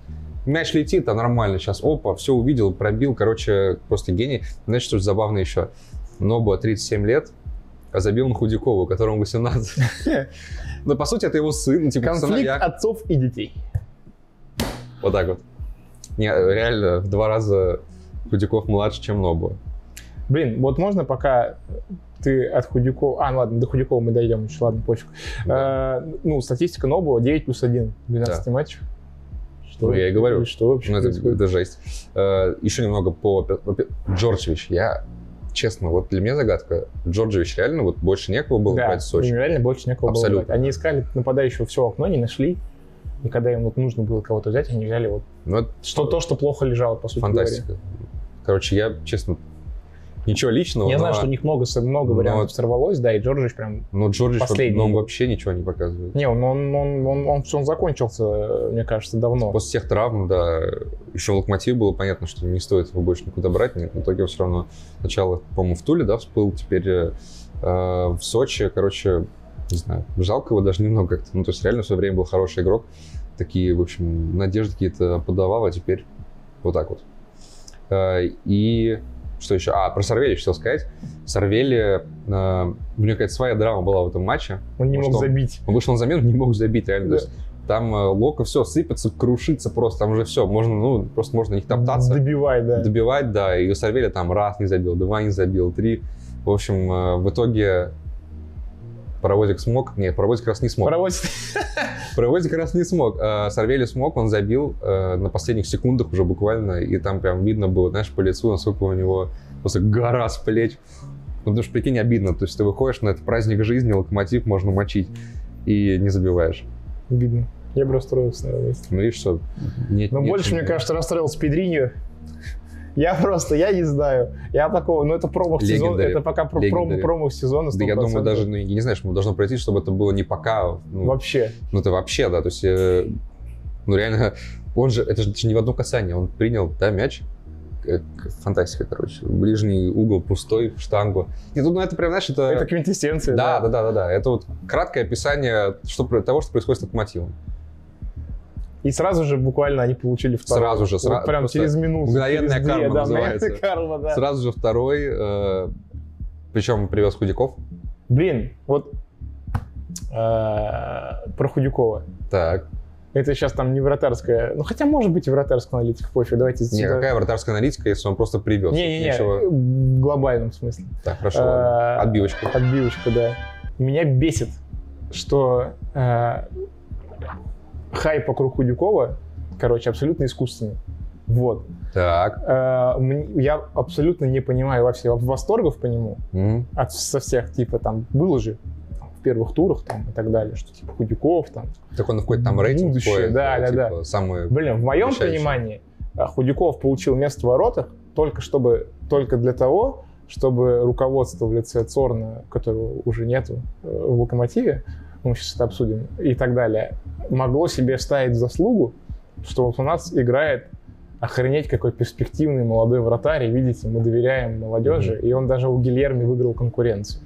мяч летит, а нормально сейчас. Опа, все увидел, пробил. Короче, просто гений. Знаешь, что же забавно еще? Нобу 37 лет, а забил он Худякову, которому 18. Ну, по сути, это его сын, ну, типа,
Конфликт
сыновья.
отцов и детей.
Вот так вот. Не, реально, в два раза Худяков младше, чем Нобу.
Блин, вот можно пока ты от Худякова... А, ну ладно, до Худякова мы дойдем еще, ладно, пофиг. Э, ну, статистика Нобу 9 плюс 1, 12 матчев. Что,
Ну, я и говорю.
Что вообще
Ну, это,
происходит?
это жесть. Э, Еще немного по... по- по- Джорджевич, я... Честно, вот для меня загадка. Джорджевич реально вот больше некого было
да,
брать в Сочи.
им реально больше некого было
Абсолютно.
брать. Они искали нападающего все окно, не нашли. И когда им вот нужно было кого-то взять, они взяли вот
Ну, это
что, то, что плохо лежало, по сути
фантастика. Короче, я, честно, Ничего личного,
Я
но,
знаю, что у них много, с- много
но-
вариантов сорвалось, да, и Джорджич прям...
но Джорджич во-
последний.
но он вообще ничего не показывает.
Не, он, он, он, он, он, он закончился, э, мне кажется, давно.
После всех травм, да, еще в Локомотиве было понятно, что не стоит его больше никуда брать. Нет, в итоге он все равно сначала, по-моему, в Туле, да, всплыл, теперь э, э, в Сочи, короче, не знаю, жалко его даже немного как-то. Ну, то есть реально в свое время был хороший игрок. Такие, в общем, надежды какие-то подавал, а теперь вот так вот. Э, и что еще? А, про Сарвели хотел сказать. Сарвели, э, у него какая-то своя драма была в этом матче.
Он не
Ну
мог
что?
забить.
Он вышел на замену, не мог забить, реально.
Да.
То есть там э, Лока все сыпется, крушится просто, там уже все, можно, ну, просто можно их топтаться,
Добивай, да.
добивать, да, и Савелия там раз не забил, два не забил, три. В общем, э, в итоге Паровозик смог, нет, паровозик как раз не смог.
Проводит.
Паровозик как раз не смог. Э, Сарвели смог, он забил э, на последних секундах уже буквально, и там прям видно было, знаешь, по лицу, насколько у него просто гора с плеч. Ну, потому что, прикинь, обидно. То есть ты выходишь на этот праздник жизни, локомотив можно мочить, и не забиваешь.
Видно. Я бы расстроился на его месте.
Ну, видишь, что... Нет,
Но
нет,
Ну, больше,
нет.
мне кажется, расстроился Педринью. Я просто, я не знаю. Я такого, но это промах сезона.
Легендари.
Это пока про-
Легендари.
пром- промах сезона.
Да я
100%.
думаю, даже, ну, я не знаю, что должно произойти, чтобы это было не пока, ну,
Вообще.
Ну, это вообще, да, то есть, э, ну, реально, он же, это же не в одно касание, он принял, да, мяч, Э, к- фантастика, короче, ближний угол пустой, в штангу. И тут, ну, это прям, знаешь, это...
Это квинтэссенция.
да, да, да, да, да, это вот краткое описание что, про- того, что происходит с локомотивом.
И сразу же буквально они получили второй.
Сразу же,
Вот
сра-
прям
просто
через минуту.
мгновенная
через две,
карма
да,
называется.
мгновенная карма, да.
Сразу же второй, э, причем привез Худяков.
Блин, вот э, про Худюкова.
Так,
Это сейчас там не вратарская. Ну, хотя, может быть, и вратарская аналитика, пофиг, давайте
не,
сюда.
какая вратарская аналитика, если он просто привез?
Не-не-не,
Ничего.
в глобальном смысле.
Так, хорошо, ладно.
Э,
Отбивочка.
Отбивочка, да. Меня бесит, что э, хайп вокруг Худюкова, короче, абсолютно искусственный. Вот.
Так,
Э, мн- я абсолютно не понимаю вообще восторгов по нему
м,
от, со всех, типа, там, было же там, в первых турах там и так далее, что, типа, Худюков там.
так он в какой-то там рейтинг
Будущее,
входит,
да, да, да.
типа, самый
Блин, в моем
Решающий.
понимании а, Худяков получил место в воротах только чтобы только для того, чтобы руководство в лице Цорна, которого уже нету э, в Локомотиве, мы сейчас это обсудим, и так далее, могло себе вставить в заслугу, что вот у нас играет охренеть какой перспективный молодой вратарь, и видите, мы доверяем молодежи, и он даже у Гильерми выиграл конкуренцию.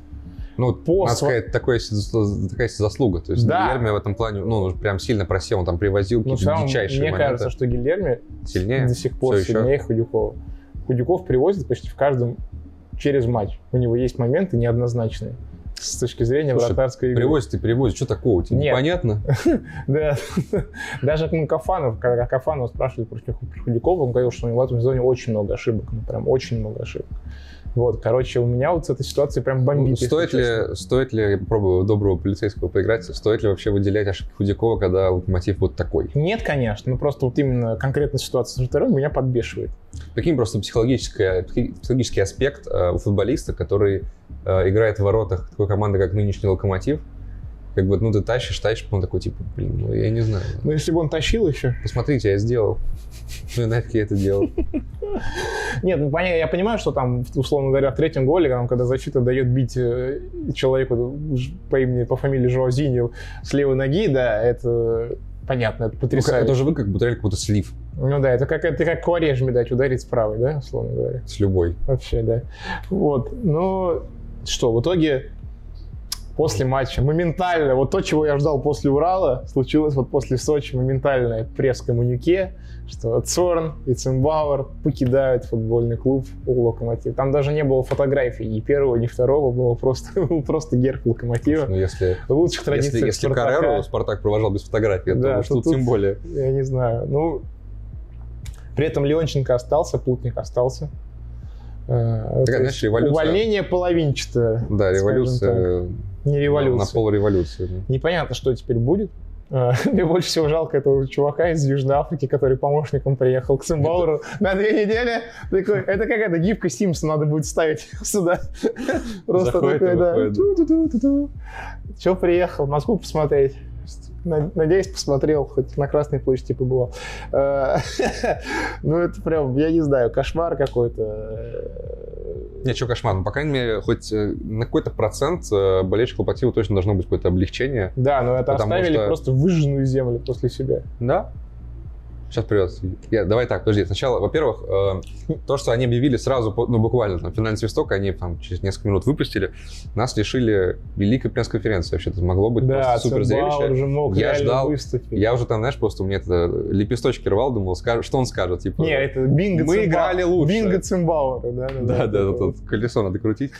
Ну, вот
По
надо
сва-
сказать, такое, си- зас- такая си- заслуга. То есть
Да.
Гильермо в этом плане, ну, он прям сильно просел, он там привозил
Но Ну, в
какие-то
целом,
дичайшие
мне
моменты.
кажется, что Гильерми
Сильнее?
до сих пор
Всё ещё?
сильнее Худюкова. Худюков привозит почти в каждом через матч. У него есть моменты неоднозначные с точки зрения
Слушай,
вратарской игры.
Привозит и привозит, что такого? Тебе
Нет.
непонятно?
Да. Даже ну, Кафанов, когда Кафанова спрашивали про Ху- про Худякова, он говорил, что у него в этом сезоне очень много ошибок. Ну, прям очень много ошибок. Вот, короче, у меня вот с этой ситуацией прям
Ну,
бомбит. если
стоит,
честно.
ли, стоит ли, я попробую в доброго полицейского поиграть, стоит ли вообще выделять ошибки Худякова, когда локомотив вот такой?
Нет, конечно, но просто вот именно конкретная ситуация с вратарем меня подбешивает.
Прикинь, просто психологическое- психи- психологический аспект э, у футболиста, который э, играет в воротах такой команды, как нынешний локомотив, как бы, ну, ты тащишь, тащишь, он такой, типа, блин, ну, я не знаю.
Но если бы он тащил еще,
Посмотрите, я сделал. Ну и нафиг я это делал.
Нет, ну, поня- я понимаю, что там, условно говоря, в третьем голе, там, когда защита дает бить э, человеку ж- по имени, по фамилии Жоазиньо с левой ноги, да, это понятно, это
Это
потрясающе.
же вы Ну, как бы реально как будто слив
Ну да, это как, это как Куарежме дать ударить справа, да, условно говоря.
с любой.
Вообще, да. Вот, ну что, в итоге после матча моментально, вот то, чего я ждал после Урала, случилось вот после Сочи, моментальная пресс-коммунике, что Цорн и Цимбауэр покидают футбольный клуб у Локомотива. Там даже не было фотографий ни первого, ни второго, было просто, был просто герб Локомотива.
Ну, если,
В лучших традициях
если, если
Спартака.
Карреру Спартак провожал без фотографии,
Да,
то уж
то
тут
тут-
тем более.
Я не знаю. Ну, при этом Леонченко остался, Путник остался. Э, то
Такая, знаешь,
есть
революция.
Увольнение половинчатое.
Да,
скажем
революция. э,
так. Не
На
революция.
пол революции.
Непонятно, что теперь будет. Э, Мне больше всего жалко этого чувака из Южной Африки, который помощником приехал к Цимбауру на две недели. Такой, это какая-то гифка Симпсон надо будет ставить сюда. Просто
Заходит и
такой, да.
выходит.
Че приехал? Москву посмотреть. Над- Надеюсь, посмотрел, хоть на Красной площади побывал. А, Э, Ну, это прям, я не знаю, кошмар какой-то. Э,
Нет, что кошмар. Ну, по крайней мере, хоть э, на какой-то процент э, болельщику Локомотива точно должно быть какое-то облегчение.
Да, но это
Потому
оставили
что-
просто выжженную землю после себя.
Да? Сейчас придет. Я, давай так, подожди. Сначала, во-первых, э, то, что они объявили сразу, по- ну, буквально, там, финансовый сток, они там через несколько минут выпустили, нас лишили великой пресс-конференции. Вообще, это могло быть
да,
просто супер
Цымбал
зрелище.
уже мог
Я
реально
ждал-
выступить.
Я уже там, знаешь, просто мне это лепесточки рвал, думал, ска- что он скажет, типа...
Не, это бинго
Мы
Цимбал-
играли лучше.
Бинго Цимбауэра, да, да,
Да, да, да, тут колесо надо крутить.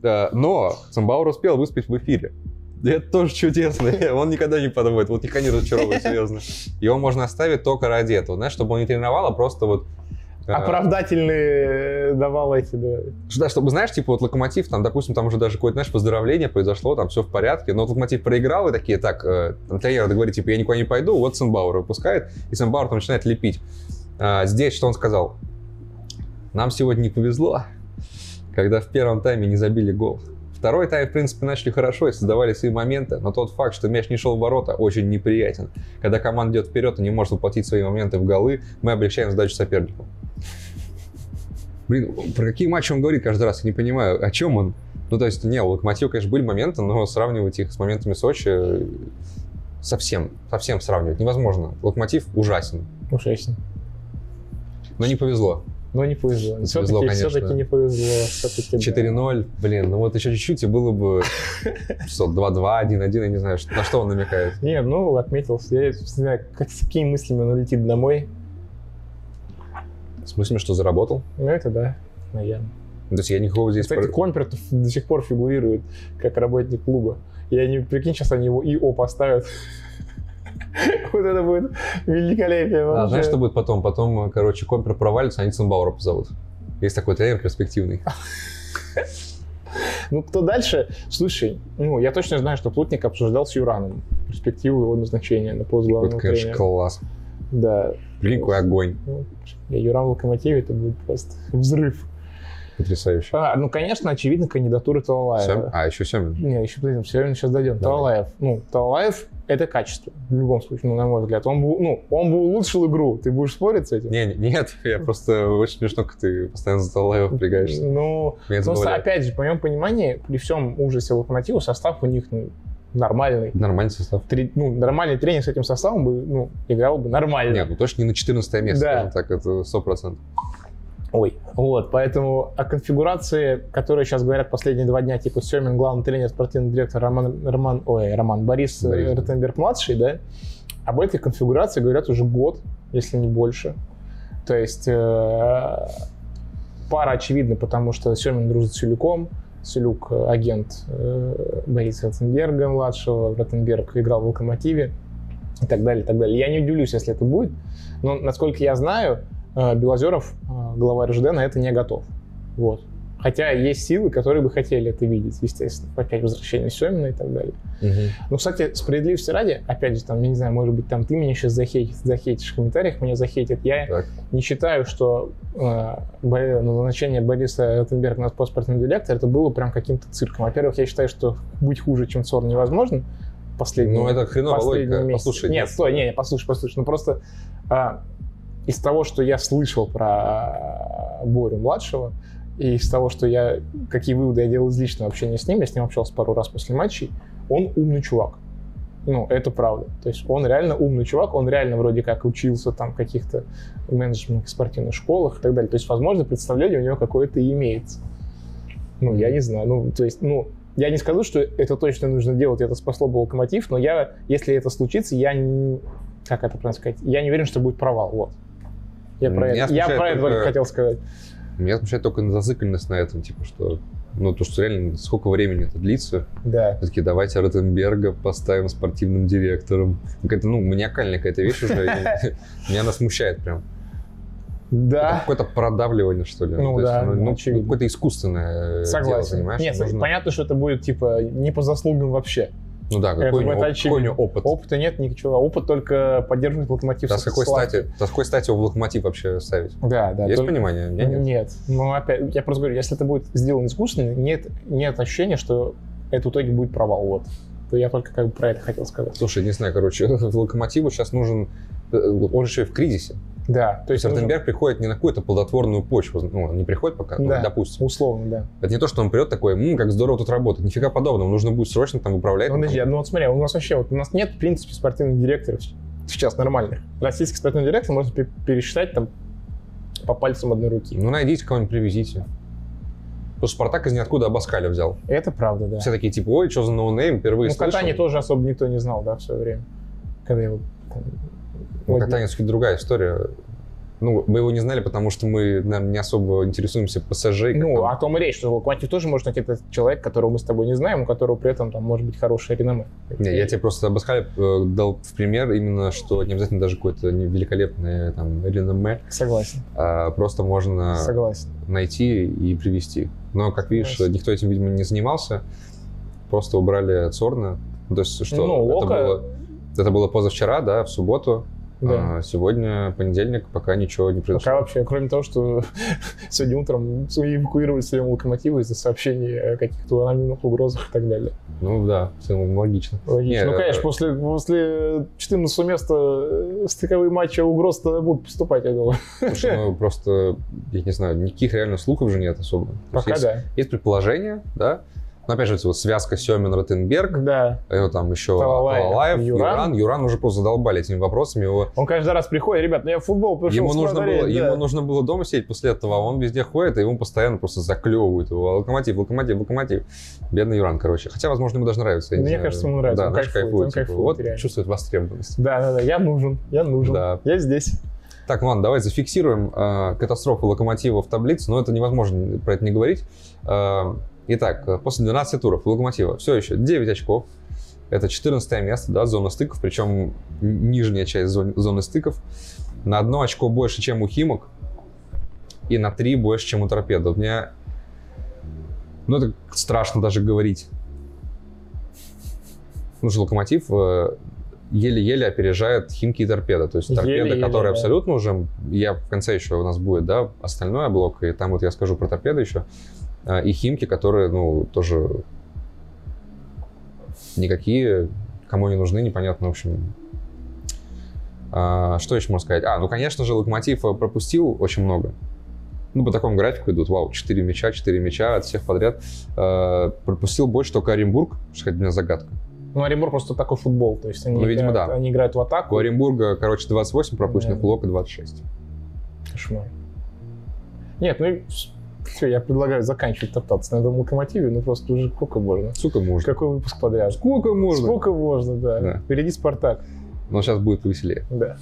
Да, Но Цимбаур успел выступить в эфире. И Это тоже чудесно. Он никогда не подумает. Вот никогда не разочаровывает, серьезно. Его можно оставить только ради этого. Знаешь, чтобы он не тренировал, а просто вот... э,
А Оправдательные э, давал эти, да.
Да, чтобы, знаешь, типа вот Локомотив, там, допустим, там уже даже какое-то, знаешь, поздравление произошло, там все в порядке, но вот Локомотив проиграл, и такие, так, э, там, тренер говорит, типа, я никуда не пойду, вот Сенбауэр выпускает, и Сенбауэр там начинает лепить. А, здесь что он сказал? Нам сегодня не повезло, когда в первом тайме не забили гол. Второй тайм, в принципе, начали хорошо и создавали свои моменты, но тот факт, что мяч не шел в ворота, очень неприятен. Когда команда идет вперед и не может воплотить свои моменты в голы, мы облегчаем задачу сопернику. Блин, про какие матчи он говорит каждый раз, я не понимаю, о чем он? Ну, то есть, не, у Локомотива, конечно, были моменты, но сравнивать их с моментами Сочи э, совсем, совсем сравнивать невозможно. Локомотив ужасен,
Ужасно.
но не повезло.
Но не повезло.
Не повезло,
Все-таки,
конечно.
все-таки не повезло. Все-таки,
4-0, блин, ну вот еще чуть-чуть, и было бы что, 2-2, 1-1, я не знаю, что- на что он намекает.
Не, ну, отметился. Я не знаю, как, с какими мыслями он улетит домой.
В смысле, что заработал? Ну,
Ну, это да, наверное.
То есть я никакого здесь...
Кстати,
про-
Компертов до сих пор фигурирует как работник клуба. Я не прикинь, сейчас они его ИО поставят. Вот это будет великолепие
А,
вообще.
знаешь, что будет потом? Потом, э, короче, Компер провалится, они Цимбаура позовут. Есть такой тренер перспективный.
Ну, кто дальше? Слушай, ну, я точно знаю, что Плотник обсуждал с Юраном перспективу его назначения на пост главного
Вот, конечно,
тренера.
класс.
Да.
Блин, какой огонь.
Ну, я Юран в Локомотиве, это будет просто взрыв.
Потрясающе.
А, ну, конечно, очевидно, кандидатура
Сем-
Талалаева.
А, еще Семин.
Не, еще подойдем, все равно сейчас дойдем.
Давай.
Талалаев. Ну, Талалаев — это качество, в любом случае, ну, на мой взгляд. Он бы, ну, он бы улучшил игру, ты будешь спорить с этим?
Не, не- нет, я просто очень смешно, как ты постоянно за Талаева впрягаешься.
Ну,
Меня это
ну,
забавляет.
опять же, в моем понимании, при всем ужасе Локомотива, состав у них ну, нормальный.
Нормальный состав.
Три- ну, нормальный тренер с этим составом бы, ну, играл бы нормально.
Нет, ну точно не на 14 место,
Да.
скажем так, это 100%.
Ой, вот, поэтому о конфигурации, которые сейчас говорят последние два дня, типа Семин, главный тренер, спортивный директор Роман, Роман, ой, Роман, Борис, э,
Борис.
Ротенберг-младший, да, об этой конфигурации говорят уже год, если не больше. То есть э, пара очевидна, потому что Семин дружит с Сюлюком, Сюлюк э, агент э, Бориса Ротенберга младшего, Ротенберг играл в Локомотиве и так далее, и так далее. Я не удивлюсь, если это будет, но, насколько я знаю, э, Белозеров, э, глава РЖД, на это не готов. Вот. Хотя есть силы, которые бы хотели это видеть, естественно. Опять возвращение Семина и так далее. Ну, кстати, справедливости ради, опять же, там, я не знаю, может быть, там ты меня сейчас захейтишь, захейтишь в комментариях, меня захейтят. Я
Так.
не считаю, что э, бо- ну, назначение Бориса Ротенберга на пост спортивного директора это было прям каким-то цирком. Во-первых, я считаю, что быть хуже, чем Сор, невозможно. Последний
Ну, это хреновая
последние
логика.
месяцы.
Послушай, ну,
Нет, стой, не, не, послушай, послушай. Ну просто а, из того, что я слышал про Борю младшего, и из того, что я, какие выводы я делал из личного общения с ним, я с ним общался пару раз после матчей, он умный чувак. Ну, это правда. То есть он реально умный чувак, он реально вроде как учился там в каких-то менеджментных спортивных школах и так далее. То есть, возможно, представление у него какое-то и имеется. Ну, я не знаю. Ну, то есть, ну, я не скажу, что это точно нужно делать, это спасло бы локомотив, но я, если это случится, я не, как это правильно сказать, я не уверен, что будет провал. Вот. Я про,
Меня
это, я
смущает
про это только
Ну, только-
хотел сказать.
Меня смущает только зацикленность на этом, типа, что... Ну, то, что реально, сколько времени это длится.
Да.
Все-таки давайте Ротенберга поставим спортивным директором. Какая-то, ну, маниакальная какая-то вещь уже. и Меня она смущает прям. Это
Да.
Какое-то продавливание, что ли.
Ну
То есть,
да,
ну, ну,
очевидно.
Какое-то искусственное э, дело,
Согласен.
понимаешь?
Нет,
Нужно-
понятно, что это будет типа не по заслугам вообще.
Ну да, какой, у
это
него,
очевидно.
какой у него опыт.
Опыта нет ничего. Опыт только поддерживает локомотив.
Да, с какой
Славки.
стати, да, с какой стати его в локомотив вообще ставить?
Да, да.
Есть
только-
понимание? У меня нет.
Нет. Ну, опять, я просто говорю, если это будет сделано искусственно, нет, нет ощущения, что это в итоге будет провал. Вот. То я только как бы про это хотел сказать.
Слушай, не знаю, короче, локомотиву сейчас нужен... э, Он же еще и в кризисе.
Да,
То есть Ротенберг приходит не на какую-то плодотворную почву, ну, он не приходит пока, ну,
Да.
допустим.
Условно, да.
Это не то, что он придет такой, «М, как здорово тут работать, нифига подобного, нужно будет срочно там управлять.
Ну, подожди, ну вот смотри, у нас вообще вот у нас нет, в принципе, спортивных директоров сейчас нормальных. Российских спортивных директоров можно пе- пересчитать там по пальцам одной руки.
Ну, найдите кого-нибудь, привезите. Потому что Спартак из ниоткуда Абаскаля взял.
Это правда, да.
Все такие, типа, ой, что за ноунейм, впервые
ну,
слышал.
катание тоже особо никто не знал, да, в свое время. Когда его там,
Ну,
вот-
катание все-таки другая история. Ну, мы его не знали, потому что мы, наверное, не особо интересуемся пассажей. как
Ну,
там.
о том и речь, что Локомотив тоже может найти этот человек, которого мы с тобой не знаем, у которого при этом там может быть хорошее реноме.
Не, я тебе просто Абаскаля э, дал в пример именно, что не обязательно даже какое-то не- великолепное там реноме,
Согласен,
а просто можно
согласен.
найти и привести. Но, как видишь,
Согласен.
никто этим, видимо, не занимался. Просто убрали Цорна. Ну, То есть, что
ну,
это,
Лока,
было, это было позавчера, да, в субботу.
да.
А сегодня понедельник, пока ничего не произошло.
Пока вообще, кроме того, что сегодня утром эвакуировали все время локомотивы из-за сообщений о каких-то анонимных угрозах и так далее.
Ну да, в целом логично.
Логично.
Не,
ну,
э,
конечно, после, после 14 места э, стыковые матчи угроз-то будут поступать, я думаю.
Слушай, ну просто, я не знаю, никаких реально слухов же нет особо. То есть
Пока
есть,
да.
есть предположение, да? Но опять же, вот связка Семин ротенберг
Да.
э, там еще
Талалаев,
Талалаев,
Юран.
Юран. Юран. уже просто задолбали этими вопросами. Его,
Он каждый раз приходит, ребят, ну я в футбол пришел
ему, нужно
смотреть,
было,
да.
ему нужно было дома сидеть после этого, а он везде ходит, и ему постоянно просто заклевывают его. Локомотив, локомотив, локомотив. Бедный Юран, короче. Хотя, возможно, ему даже нравится. я не
Мне
знаю.
кажется, ему нравится,
Да,
он
знаешь,
кайфует,
кайфует.
он
типа,
кайфует,
вот
реально.
чувствует востребованность.
Да, да, да, я нужен, я нужен,
Да.
я здесь.
Так, ладно, давай зафиксируем э, катастрофу локомотива в таблице, но это невозможно про это не говорить. Э, итак, э, после 12 туров у локомотива все еще 9 очков. Это 14 место, да, зона стыков, причем н- нижняя часть зон- зоны стыков. На одно очко больше, чем у Химок, и на три больше, чем у Торпедо. У меня... Ну, это страшно даже говорить. Ну, что Локомотив э, еле-еле опережает Химки и Торпедо. То есть Торпедо,
Еле-еле,
который
да.
абсолютно уже... Я в конце еще у нас будет, да, остальной блок, и там вот я скажу про Торпедо еще. Э, И Химки, которые, ну, тоже никакие, кому они нужны, непонятно, в общем. А, что еще можно сказать? А, ну, конечно же, Локомотив э, пропустил очень много. Ну, по такому графику идут, вау, 4 мяча, 4 мяча от всех подряд. Э, пропустил больше только Оренбург, что хоть для меня загадка.
Ну, Оренбург просто такой футбол, то есть они,
Ну, видимо,
играют,
да.
они играют в атаку.
У Оренбурга, короче, 28 пропущенных,
Да.
у Лока 26.
Кошмар. Нет, ну все, я предлагаю заканчивать топтаться на этом локомотиве, ну просто уже сколько можно.
Сколько можно?
Какой выпуск подряд?
Сколько можно?
Сколько можно, да.
Да.
Впереди Спартак,
Но сейчас будет повеселее.
да.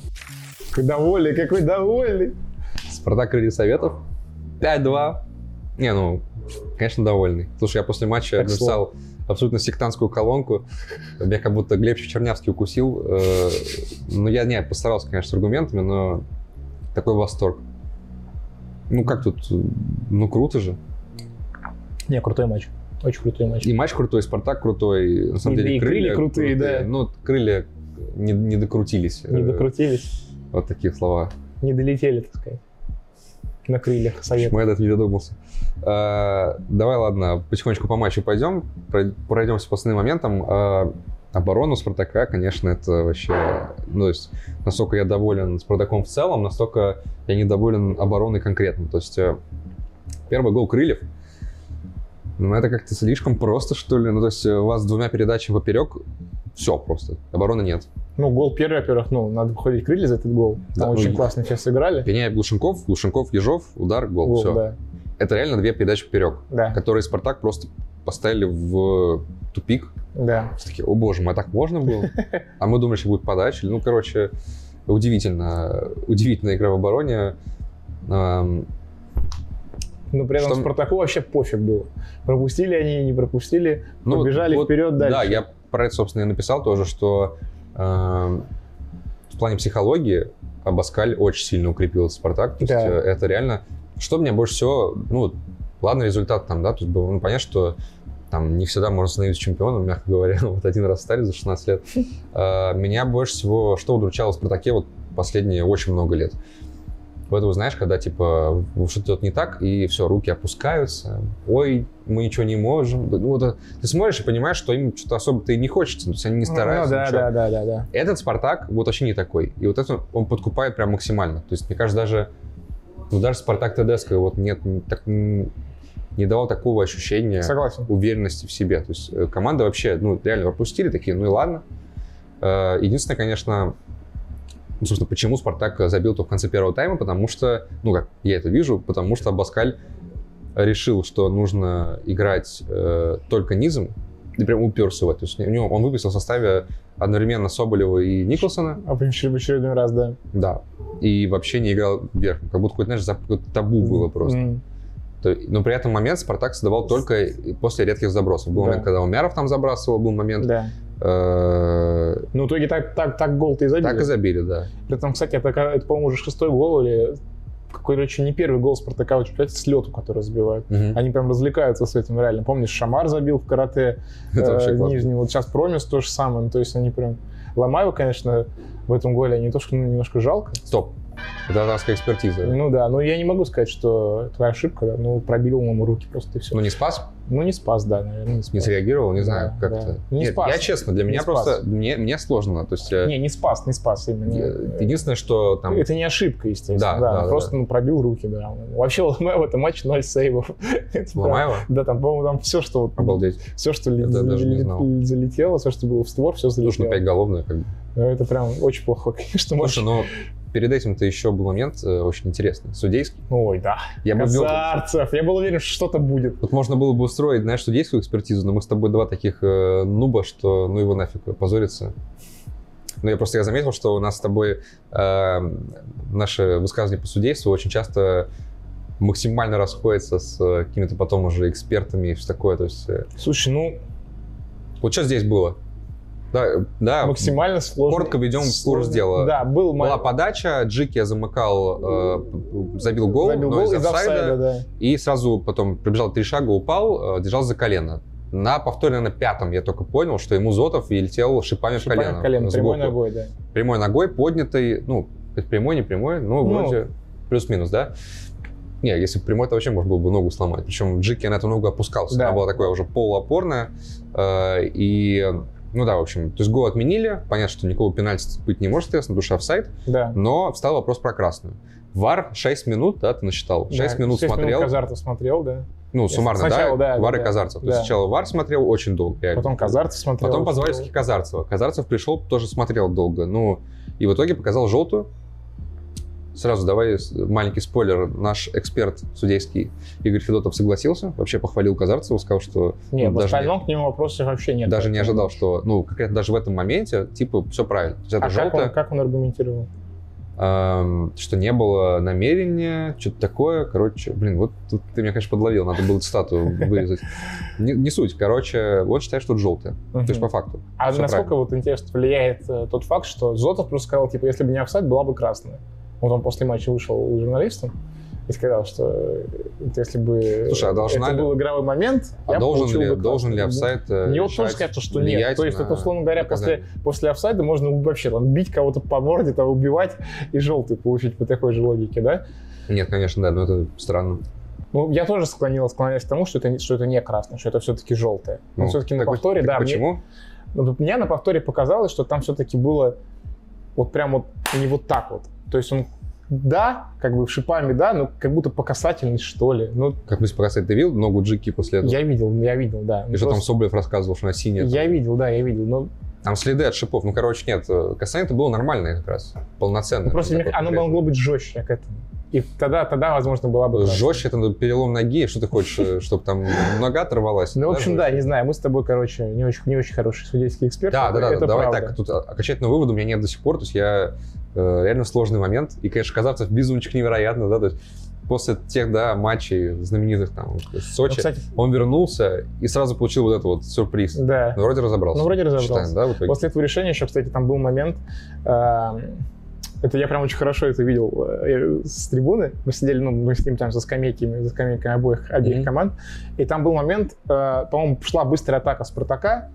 Какой довольный, какой довольный.
Спартак Крылья Советов. 5-2. Не, ну, конечно, довольный. Слушай, я после матча
Так
написал абсолютно сектантскую колонку. Меня как будто Глеб Чернявский укусил. Э, Ну, я не постарался, конечно, с аргументами, но такой восторг. Ну, как тут? Ну, круто же.
Не, крутой матч. Очень крутой матч.
И матч крутой, и Спартак крутой. На самом
И-
деле,
и крылья крутые, да.
Ну, крылья не, не докрутились.
Не
Э,
докрутились,
Вот такие слова.
не долетели, так сказать. На крыльях совет.
Почему я до этого не додумался? Э, Давай, ладно, потихонечку по матчу пойдем, прой- пройдемся по основным моментам. Э, Оборона Спартака, конечно, это вообще... Ну, то есть, настолько я доволен Спартаком в целом, настолько я недоволен обороной конкретно. То есть, э, первый гол Крыльев, ну, это как-то слишком просто, что ли. Ну, то есть, э, у вас двумя передачами поперек, все просто, обороны нет.
Ну, гол первый, во-первых, ну, надо выходить крылья за этот гол. Там
Да, ну,
очень
и-
классно сейчас сыграли.
Пеняев, Глушенков, Глушенков, Ежов, удар, гол,
Гол,
все.
да.
Это реально две передачи поперек.
Да,
которые Спартак просто поставили в тупик.
да.
Все такие, о боже мой, а так можно было? А мы думали, что будет подача. Ну, короче, удивительно. Удивительная игра в обороне. Эм,
Но Ну, при этом
Что-
Спартаку вообще пофиг было. Пропустили они, не пропустили,
ну,
побежали
вот-
вперед дальше.
Да, я про это, собственно, и написал тоже, что эм, в плане психологии Абаскаль очень сильно укрепил этот Спартак. То есть
Да.
э, это реально... Что мне больше всего... Ну, ладно, результат там, да, тут было ну, понятно, что там не всегда можно становиться чемпионом, мягко говоря. Вот один раз стали за 16 лет. Э, Меня больше всего, что удручало в Спартаке вот последние очень много лет. Поэтому, знаешь, когда, типа, что-то идет не так, и все, руки опускаются, ой, мы ничего не можем. Ну, вот, э, ты смотришь и понимаешь, что им что-то особо-то и не хочется, то есть они не
Ну,
стараются.
да,
ничего.
да, да, да, да.
Этот Спартак вот вообще не такой. И вот это он подкупает прям максимально. То есть, мне кажется, даже, ну, даже Спартак Тедеско вот нет, м, так, м, не давал такого ощущения
Согласен.
уверенности в себе. То есть э, команда вообще, ну, реально пропустили, такие, ну и ладно. Э, Единственное, конечно, ну, собственно, почему Спартак забил то в конце первого тайма, потому что, ну, как я это вижу, потому что Абаскаль решил, что нужно играть э, только низом, и прям уперся в это. То есть у него, он выписал в составе одновременно Соболева и Николсона,
А в очер- в очередной раз, да.
да, и вообще не играл вверх. Как будто, какое-то, знаешь, за- какое-то табу было просто.
М.
То- но при этом момент Спартак создавал только и- после редких забросов. Был
Да.
момент, когда Умяров там забрасывал, был момент.
Да.
э,
Ну, в итоге так, так, так гол-то и забили.
Так и забили, да.
При этом, кстати, это, ка- это, по-моему, уже шестой гол или какой-то очень не первый гол Спартака в чемпионате с лету, который забивают.
Мгм.
Они прям развлекаются с этим реально. Помнишь, Шамар забил в карате
Это вообще
э,
классно.
нижний. Вот сейчас Промис то же самое. Ну, то есть они прям... Ломаева, конечно, в этом голе не то, что ну, немножко жалко.
Стоп. Это авторская экспертиза.
Ну да, но я не могу сказать, что твоя ошибка. да. Ну, пробил он ему руки просто и все.
Ну, не спас,
Ну, не спас, да, наверное, не спас.
не среагировал, не
Да,
знаю, как
да.
это.
Не
Нет,
спас.
я честно, для
Не
меня
спас.
просто, мне, мне сложно. То есть, э,
Не, не спас, не спас именно.
э, единственное, что там...
Это не ошибка, естественно.
Да,
Да,
да, да,
просто
да.
ну, пробил руки, да. Вообще у Ломаева в этом матче ноль сейвов. Это прям-
Ломаева?
Да, там, по-моему, там все, что вот,
Обалдеть.
все, что ли-
Это я даже не знал.
зале- залетело, все, что было в створ, все
Нужно
залетело.
пять головное. Как... бы.
Ну, Это прям очень плохо, конечно. матч.
Слушай, но перед этим-то еще был момент э, очень интересный. Судейский.
Ой, да.
ну, Я бы ввел-
Казарцев. Я был уверен, что что-то будет.
Вот можно было бы устроить, знаешь, судейскую экспертизу, но мы с тобой два таких э, нуба, что ну его нафиг позориться. Но я просто я заметил, что у нас с тобой э, наши высказывания по судейству очень часто максимально расходятся с э, какими-то потом уже экспертами и все такое. То есть, э,
Слушай, ну,
вот что здесь было? Да, да
максимально сложно.
коротко ведем в курс
сложно.
дела.
Да, был
была
ма-
подача, Джики замыкал, э, забил гол,
забил
но
гол
из
из
офсайда.
офсайда, да.
И сразу потом пробежал три шага, упал, э, держался за колено. На повторе, наверное, пятом я только понял, что ему Зотов и летел шипами,
Шипами
в колено. сбоку.
Типа прямой ногой, да.
Прямой ногой, поднятой, ну, прямой, не прямой, но
Ну.
вроде плюс-минус, да? Не, если бы прямой, то вообще можно было бы ногу сломать. Причем Джики на эту ногу опускался.
Да.
Она была такая уже полуопорная. Э, И, ну да, в общем, то есть гол отменили. Понятно, что никакого пенальти быть не может, естественно, душа офсайд.
Да.
Но встал вопрос про красную. Вар 6 минут, да, ты насчитал? 6
Да,
минут
шесть
смотрел.
Казартов смотрел, да.
Ну, суммарно,
Сначала,
да?
да,
Вар и
да,
Казарцев. То есть
да.
сначала Вар смотрел очень долго. реально.
Потом Казарцев смотрел.
Потом позвали
смотрел.
всяких Казарцева. Казарцев пришел, тоже смотрел долго. Ну, и в итоге показал желтую. Сразу давай с- маленький спойлер. Наш эксперт судейский Игорь Федотов согласился. Вообще похвалил Казарцева, сказал, что
Не,
Ну,
в
даже
остальном к нему вопросов вообще нет.
даже не
Поэтому-
ожидал, что, ну, конкретно даже в этом моменте, типа, все правильно. То есть
А
это
как
желтое.
он, как он аргументировал?
эм, что не было намерения, что-то такое. Короче, блин, вот тут ты меня, конечно, подловил, надо было цитату вырезать. Не, не суть, короче, вот считаю, что это желтое. То есть
Мгм.
по факту.
А
всё
насколько вот интересно влияет э, тот факт, что Зотов просто сказал, типа, если бы не офсайд, была бы красная. Вот он после матча вышел к журналистам и сказал, что э, вот если бы
Слушай, а должна
это
ли-
был игровой момент,
А
я
должен
получил
ли,
бы
должен ли
красную.
офсайд э,
Мне вот
решать,
тоже кажется, что нет.
влиять
То есть,
на
это, условно говоря, после,
наказание?
после офсайда можно вообще там, бить кого-то по морде, там, убивать и желтый получить по такой же логике, да?
Нет, конечно, да, но это странно.
Ну, я тоже склонил, склоняюсь к тому, что это, не- что это не красное, что это все-таки желтое. Но
Ну,
все-таки на
так вот,
повторе,
так
да, мне-
Почему?
ну, вот мне на повторе показалось, что там все-таки было вот прям вот не вот так вот. То есть он да, как бы шипами, да, но как будто по касательной, что ли. Ну,
Как мы с показатель ты видел ногу Джики после этого?
я видел, я видел, да.
И что там
Просто
Соболев рассказывал, что на синяя.
Я видел, да, я видел. Но
Там следы от шипов. Ну, короче, нет. э, Касание-то было нормальное как раз. Полноценное.
Ну, просто
Такое
мне- оно
конкретное.
могло быть жестче к этому. И тогда, тогда, возможно, была бы... красная.
Жестче это перелом ноги, что ты хочешь, чтобы там нога оторвалась.
Ну, в общем, да,
Жёстче.
не знаю, мы с тобой, короче, не очень, не очень хорошие судейские эксперты.
Да, да, да,
это
давай
правда. Ну,
так, тут окончательного вывода у меня нет до сих пор, то есть я э, реально сложный момент, и, конечно, Казарцев безумчик невероятно, да, то есть после тех, да, матчей знаменитых там в
Ну,
Сочи,
кстати,
он вернулся и сразу получил вот этот вот сюрприз.
да.
Ну, вроде разобрался.
Ну, вроде разобрался.
Считаем, да, в итоге?
После этого решения еще, кстати, там был момент. э, Это я прям очень хорошо это видел э, с трибуны. Мы сидели, ну, мы с ним там за скамейками, за скамейками обоих, обеих
Мгм.
команд. И там был момент, э, по-моему, шла быстрая атака Спартака,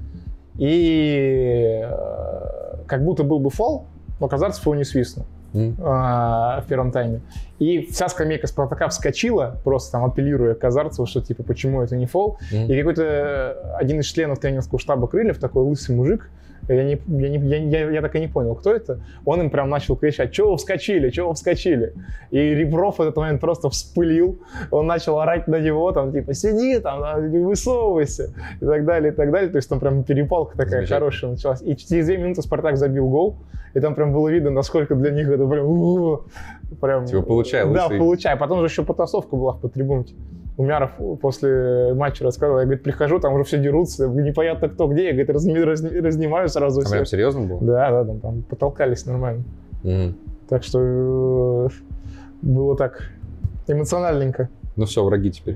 и э, как будто был бы фол, но Казарцев его не свистнул.
М.
а, в первом тайме. И вся скамейка Спартака вскочила, просто там апеллируя к Азарцеву, что типа почему это не фол.
М.
И какой-то э, один из членов тренерского штаба Крыльев, такой лысый мужик, я, не, я, не- я- я- я так и не понял, кто это. Он им прям начал кричать, чего вы вскочили, чего вы вскочили. И Ребров в этот момент просто вспылил. Он начал орать на него, там, типа, сиди там, а, не высовывайся. И так далее, и так далее. То есть там прям перепалка такая
Замечательно.
хорошая началась. И через две минуты Спартак забил гол. И там прям было видно, насколько для них это прям... «У-у-у». прям
Типа, получай,
Да,
лысый.
получай. Потом же еще потасовка была по трибунке. Умяров после матча рассказывал, я, говорит, прихожу, там уже все дерутся, непонятно кто где, я, говорит, разни- разни- разнимаю сразу
А
всех.
прям серьезно было?
Да, да, там, там потолкались нормально.
М.
Так что э, было так эмоциональненько.
Ну все, враги теперь.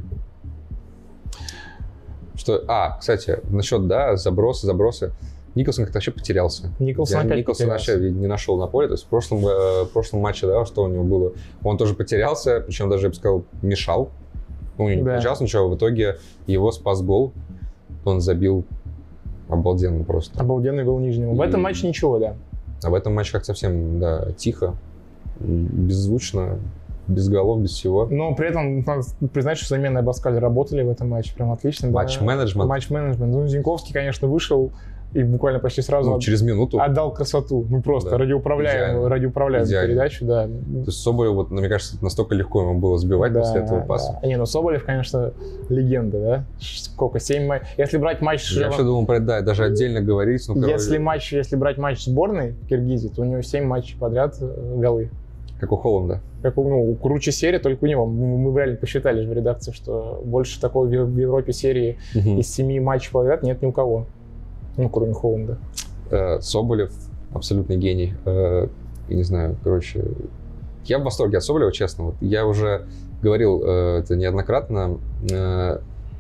Что, а, кстати, насчет, да, забросы, забросы. Николсон как-то вообще потерялся.
Николсон
Я
опять
Николсона
потерялся.
вообще не нашел на поле. То есть в прошлом, э, в прошлом матче, да, что у него было, он тоже потерялся, причем даже, я бы сказал, мешал. Ну, у него не
Да.
получалось ничего. В итоге его спас гол. Он забил обалденно просто.
Обалденный гол Нижнего. В
И-
этом матче ничего, да.
А в этом матче как совсем, да, тихо, м, беззвучно, без голов, без всего.
Но при этом надо признать, что замены Абаскаль работали в этом матче прям отлично. да.
Матч-менеджмент.
Матч-менеджмент. Ну, Зиньковский, конечно, вышел и буквально почти сразу
Ну,
от-
через минуту.
отдал красоту. Ну, просто
Да. Идеально.
радиоуправляемую, радиоуправляемую
Идеально.
передачу, да.
То есть Соболев, вот, ну, мне кажется, настолько легко ему было сбивать
Да,
после этого паса.
да. Не, ну Соболев, конечно, легенда, да? Сколько? Семь матчей. Если брать матч...
Я вообще думал про это, да, даже отдельно говорить. Ну, короче,
Если матч, если брать матч сборной в Киргизии, то у него 7 матчей подряд э, голы.
Как у Холланда.
Как, у- ну, круче серии только у него. Мы, мы реально посчитали же в редакции, что больше такого в Ев- в Европе серии
Мгм.
из 7 матчей подряд нет ни у кого. Ну, кроме Холланда.
Э, Соболев абсолютный гений. Э, Я не знаю, короче, я в восторге от Соболева, честно. Вот я уже говорил э, это неоднократно.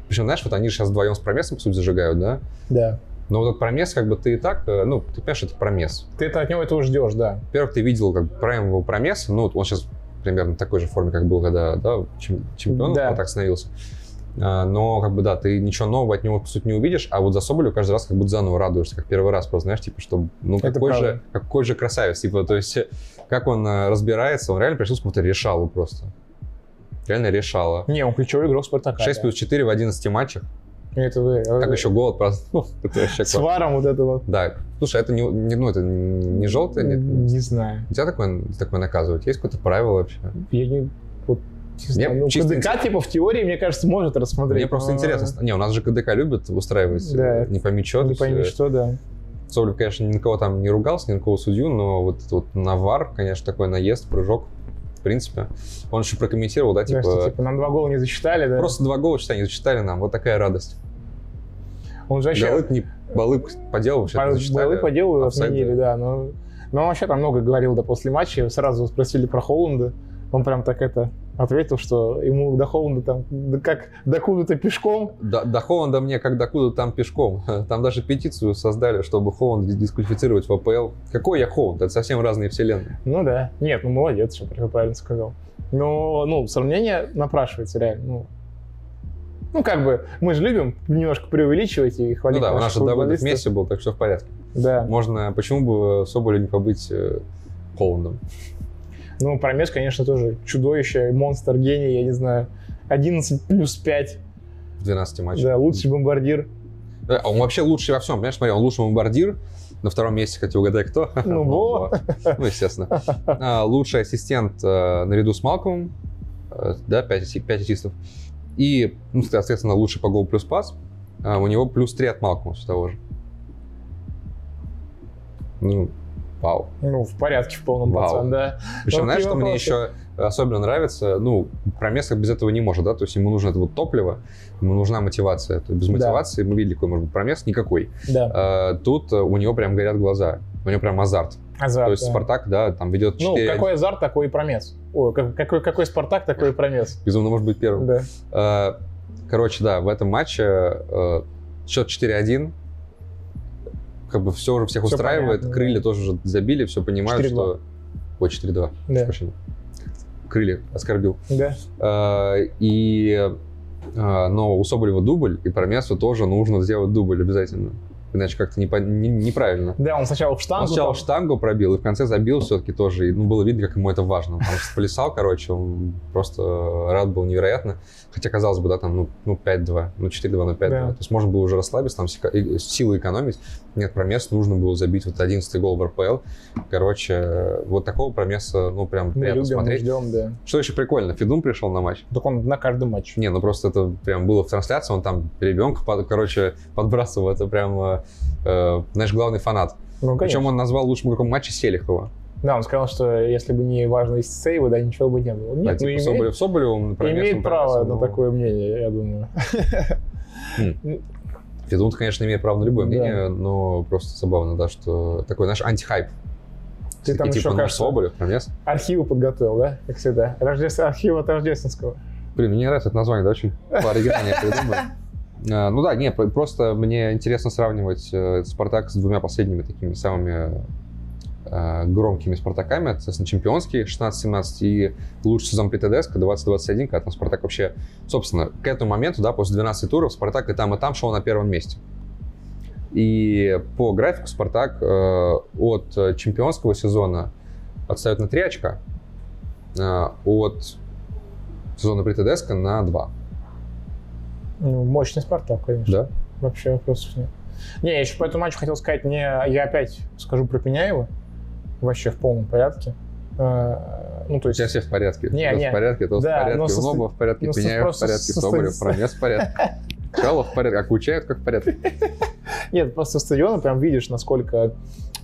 Причем, знаешь, вот они сейчас вдвоем с промесом, по сути, зажигают, да?
Да.
Но вот этот промес, как бы ты и так, э, ну, ты понимаешь, это промес.
Ты это от него этого ждешь, да.
Во-первых, ты видел как бы праймового промеса, ну, вот он сейчас примерно в такой же форме, как был, когда, да, чем- чемпионом
Да.
он так становился. А, Но, как бы, да, ты ничего нового от него, по сути, не увидишь, а вот за Соболю каждый раз как будто заново радуешься, как первый раз, просто, знаешь, типа, что, ну,
Это
какой
правда.
же, какой же красавец, типа, то есть, э, как он э, разбирается, он реально пришел с какого-то решалу просто. Реально решала.
Не, он ключевой игрок Спартака.
6 плюс 4 в 11 матчах.
да. Это вы- э,
Так еще гол отпраздновал. ну, Это вообще
С
класс.
варом вот этого.
Да. Слушай, это не, не- ну, это не желтое, нет?
Не знаю.
Нельзя такое, такое наказывать? Есть какое-то правило вообще?
Я не... Вот, не
Мне
знаю. Ну,
чисто
КДК, типа, в теории, мне кажется, может рассмотреть. А, ну,
Мне просто
но
интересно. Не, у нас же КДК любят устраивать,
Да.
э, не пойми что.
Не пойми, что, да.
Соболев, конечно, ни на кого там не ругался, ни на кого судью, но вот этот вот навар, конечно, такой наезд, прыжок, в принципе. Он еще прокомментировал, да,
Да,
типа,
что, типа, нам два гола не засчитали, да.
просто два гола считай, не зачитали нам, вот такая радость.
Он же вообще...
Голы не голы по делу вообще
Павел
зачитали.
Белый по делу
офсайд,
отменили, да. Но, но он вообще там много говорил да, после матча. Сразу спросили про Холланда. Он прям так это ответил, что ему до Холланда там да как докуда-то пешком.
До, до Холланда мне как докуда там пешком. Там даже петицию создали, чтобы Холланд дисквалифицировать в АПЛ. Какой я Холланд? Это совсем разные вселенные.
Ну да. Нет, ну молодец, что прям правильно сказал. Но, ну, сравнение напрашивается реально. Ну, ну, как бы, мы же любим немножко преувеличивать и
Ну
хвалить
да, у нас
наших
же Давыдов
футболистов.
Месси был, так что в порядке.
Да.
Можно, почему бы Соболю не побыть э, Холландом?
Ну, Промес, конечно, тоже чудовище, монстр, гений, я не знаю. 11 плюс 5,
в 12 матчах?
да, лучший бомбардир.
Да, Он вообще лучший во всем, понимаешь? Смотри, он лучший бомбардир. На втором месте, хотя угадай, кто.
Ну вот.
Ну, естественно. А, Лучший ассистент э, наряду с Малковым. э, Да, 5 ассистов. И, ну, соответственно, лучший по голу плюс пас. А, У него плюс 3 от Малкома все того же. Ну, вау.
Ну, в порядке, в полном,
Вау.
пацан, да.
Причем,
Какие
знаешь, что мне
вопросы?
еще особенно нравится? Ну, промесок без этого не может, да? То есть ему нужно это вот топливо, ему нужна мотивация. То есть без
Да.
мотивации мы видели, какой может быть промес, никакой.
Да,
А, Тут э, у него прям горят глаза. У него прям азарт.
азарт.
То есть
да.
Спартак, да, там ведет 4
Ну, какой азарт, такой и промес. Ой, как- какой, какой Спартак, такой и промес.
Безумно может быть первым.
Да.
А, Короче, да, в этом матче э, счет 4-1. Как бы все уже всех
Всё
устраивает.
понятно,
Крылья
да.
тоже уже забили, все понимают,
4:2.
что... Ой, 4-2.
Да.
Прошу прощения. Крылья оскорбил.
да.
А, И... а, Но у Соболева дубль, и Промесу тоже нужно сделать дубль обязательно. иначе как-то непо- не- неправильно.
Да, он сначала в
Он
штангу.
сначала
там.
штангу пробил и в конце забил все-таки тоже. И, ну, было видно, как ему это важно. Он там сплясал, короче, он просто рад был невероятно. Хотя, казалось бы, да, там, ну, ну 5-2, ну, 4-2, ну, 5-2.
Да.
То есть можно было уже расслабиться, там, сика- и- силы экономить. Нет, промес нужно было забить вот 11 гол в РПЛ. Короче, э, вот такого промеса, ну, прям
Мы
приятно
любим, мы
смотреть.
ждем, да.
Что еще прикольно, Федун пришел на матч.
Так он на каждом матче.
Не, ну просто это прям было в трансляции, он там ребенка, под- короче, подбрасывал, это прям э, э, наш главный фанат.
Ну, конечно.
Причем он назвал лучшим игроком матча Селихова.
Да, он сказал, что если бы не важные сейвы, да, ничего бы не было.
Да,
Нет, ну,
типа
имеет-
Соболев, Соболевым, например,
имеет
он
право
промес,
на
но
такое мнение, я думаю.
Федун, конечно, имеет право на любое
Да.
мнение, но просто забавно, да, что такой наш антихайп.
Ты там
И,
еще,
типа, наш
кажется,
Соболев, промес.
архивы подготовил, да, как всегда. Рождество, архива от Рождественского.
Блин, мне не нравится это название, да, очень пооригинальнее я придумал. А, Ну да, не, про- просто мне интересно сравнивать э, Спартак с двумя последними такими самыми э, громкими Спартаками. Это, соответственно, чемпионский 16-17 и лучший сезон при ТДСК 20-21, когда там Спартак вообще... Собственно, к этому моменту, да, после 12 туров Спартак и там, и там шел на первом месте. И по графику Спартак э, от э, чемпионского сезона отстает на 3 очка, э, от сезона при ТДСК на 2.
Ну, мощный Спартак, конечно.
Да?
Вообще вопросов нет. Не, я еще по этому матчу хотел сказать, мне, я опять скажу про Пеняева. Вообще в полном порядке. Э, Ну, то
У
есть...
тебя все в порядке.
Не,
Тот
не.
в порядке, тот
Да,
в
но
порядке,
состо-
Лоба в порядке,
но со-
Пеняев в
просто
порядке,
состо-
Соболев, Промес в порядке. Чалов в порядке, а Кучаев как в порядке.
Нет, просто со стадиона прям видишь, насколько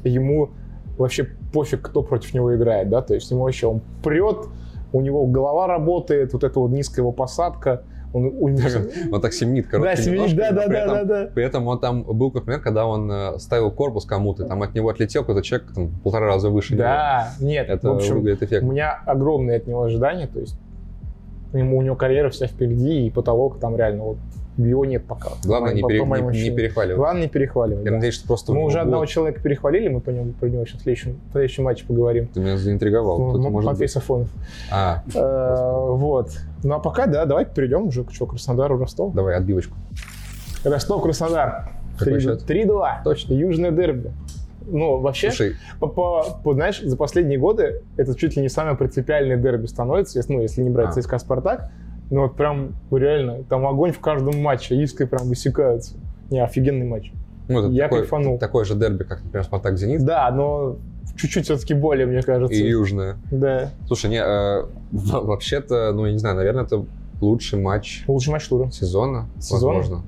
ему вообще пофиг, кто против него играет, да, то есть ему вообще он прет, у него голова работает, вот эта вот низкая его посадка, он у него...
Вот так семенит, короче,
Да, Семенник, да,
немножко, но
да,
при
да,
этом-
да, да.
При этом он там был как момент, когда он э, ставил корпус кому-то, там от него отлетел какой-то человек там, в полтора раза выше него.
Да, нет,
Это
в общем,
выглядит эффект.
у меня огромные от него ожидания, то есть ему, у него карьера вся впереди, и потолок там реально, вот его нет пока.
Главное, не,
По- по
пере-
моим
не- не
ощущениям.
перехваливать.
Главное, не перехваливать.
Я
да.
надеюсь, что просто... у
Мы
него
уже
будет.
одного человека перехвалили, мы по нему, про него сейчас в следующем, в следующем матче поговорим.
Ты меня заинтриговал. Кто это
Ну,
может
Матвей
быть?
Сафонов.
А,
Э, Вот. Ну а пока, да, давайте перейдем уже к чё, Краснодару, Ростов.
давай, отбивочку.
Ростов, Краснодар.
Какой
Три-
счет?
3-2.
Точно.
Южное дерби. Ну, вообще,
Слушай,
по, по- по- знаешь, за последние годы это чуть ли не самое принципиальное дерби становится, если, ну, если не брать
А.
ЦСКА «Спартак». Ну, вот прям реально, там огонь в каждом матче, искры прям высекаются. Не, офигенный матч.
ну, это
Я
такой-
кайфанул.
такое же дерби, как, например, Спартак-Зенит
Да, но чуть-чуть все-таки более, мне кажется.
и Южное.
Да.
Слушай, не, э, в- вообще-то, ну, я не знаю, наверное, это лучший матч
Лучший матч тура.
сезона,
Сезона?
возможно.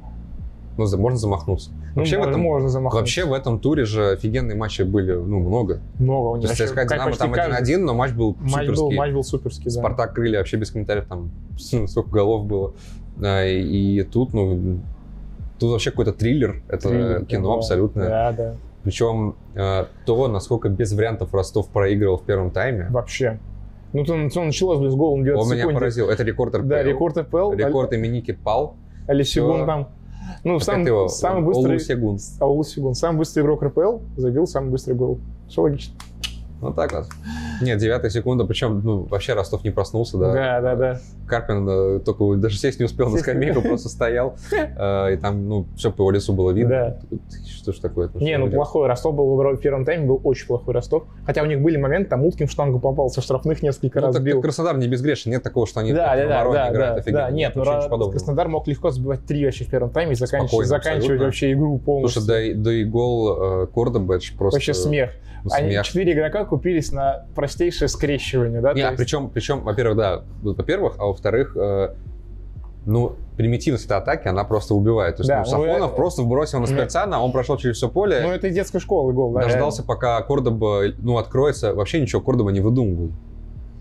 Ну, за- можно замахнуться.
Ну,
Вообще, в
можно,
этом,
можно замахнуться.
вообще в этом туре же офигенные матчи были, ну, много.
много у
То
них.
есть, ЦСКА «Динамо»
Почти
там
каждый
1-1, но матч был
Матч был,
суперский.
матч был суперский, да.
Спартак крылья вообще без комментариев, там сколько голов было. А, И, и тут, ну, тут вообще какой-то триллер, это
Триллер,
э, кино
да.
абсолютно.
Да, да.
Причем э, то, насколько без вариантов Ростов проигрывал в первом тайме,
Вообще. Ну, то, то началось с голом 9
он меня
секунд.
поразил. Это рекорд РПЛ.
Да, рекорд ФПЛ.
Рекорд именики Пал.
Алисигун
всё.
там. Ну,
Как
сам,
это его?
самый быстрый...
Олусегун.
Олусигун. Самый быстрый игрок РПЛ забил самый быстрый гол. Все логично.
Вот так вот. Нет, девятая секунда, причем ну, вообще Ростов не проснулся, да.
да, да. да.
Карпин э, только даже сесть не успел на
Сесть не-
скамейку, просто стоял. э, И там, ну, все по его лицу было видно.
Да.
Что ж такое?
Не, ну плохой Ростов был в первом тайме, был очень плохой Ростов. Хотя у них были моменты, там Уткин в штангу попал, со штрафных несколько раз
так,
бил.
так Ну, Краснодар не безгрешен, нет такого, что они
да,
там
да,
на
да,
обороне
да,
играют
да,
офигенно.
да, нет, ну,
Вообще
Ра-
ничего подобного.
Краснодар мог легко забивать три вообще в первом тайме и заканчивать,
Спокойно,
заканчивать
абсолютно.
вообще игру полностью.
Слушай, да, и- да и гол э, Кордобе, это ж просто...
Вообще смех.
ну,
Они
смех.
четыре игрока купились на простейшее скрещивание, да?
Не,
то
а
есть-
причем, причем, во-первых, да, вот во-первых, а во-вторых, э, ну, примитивность этой атаки, она просто убивает. То есть,
Да,
ну,
ну,
Сафонов
это-
просто вбросил на
Ну,
Спирцана, он прошел через все поле,
Ну, это из детской школы гол, да.
э, дождался, пока Кордоба, ну, откроется. Вообще ничего Кордоба не выдумывал.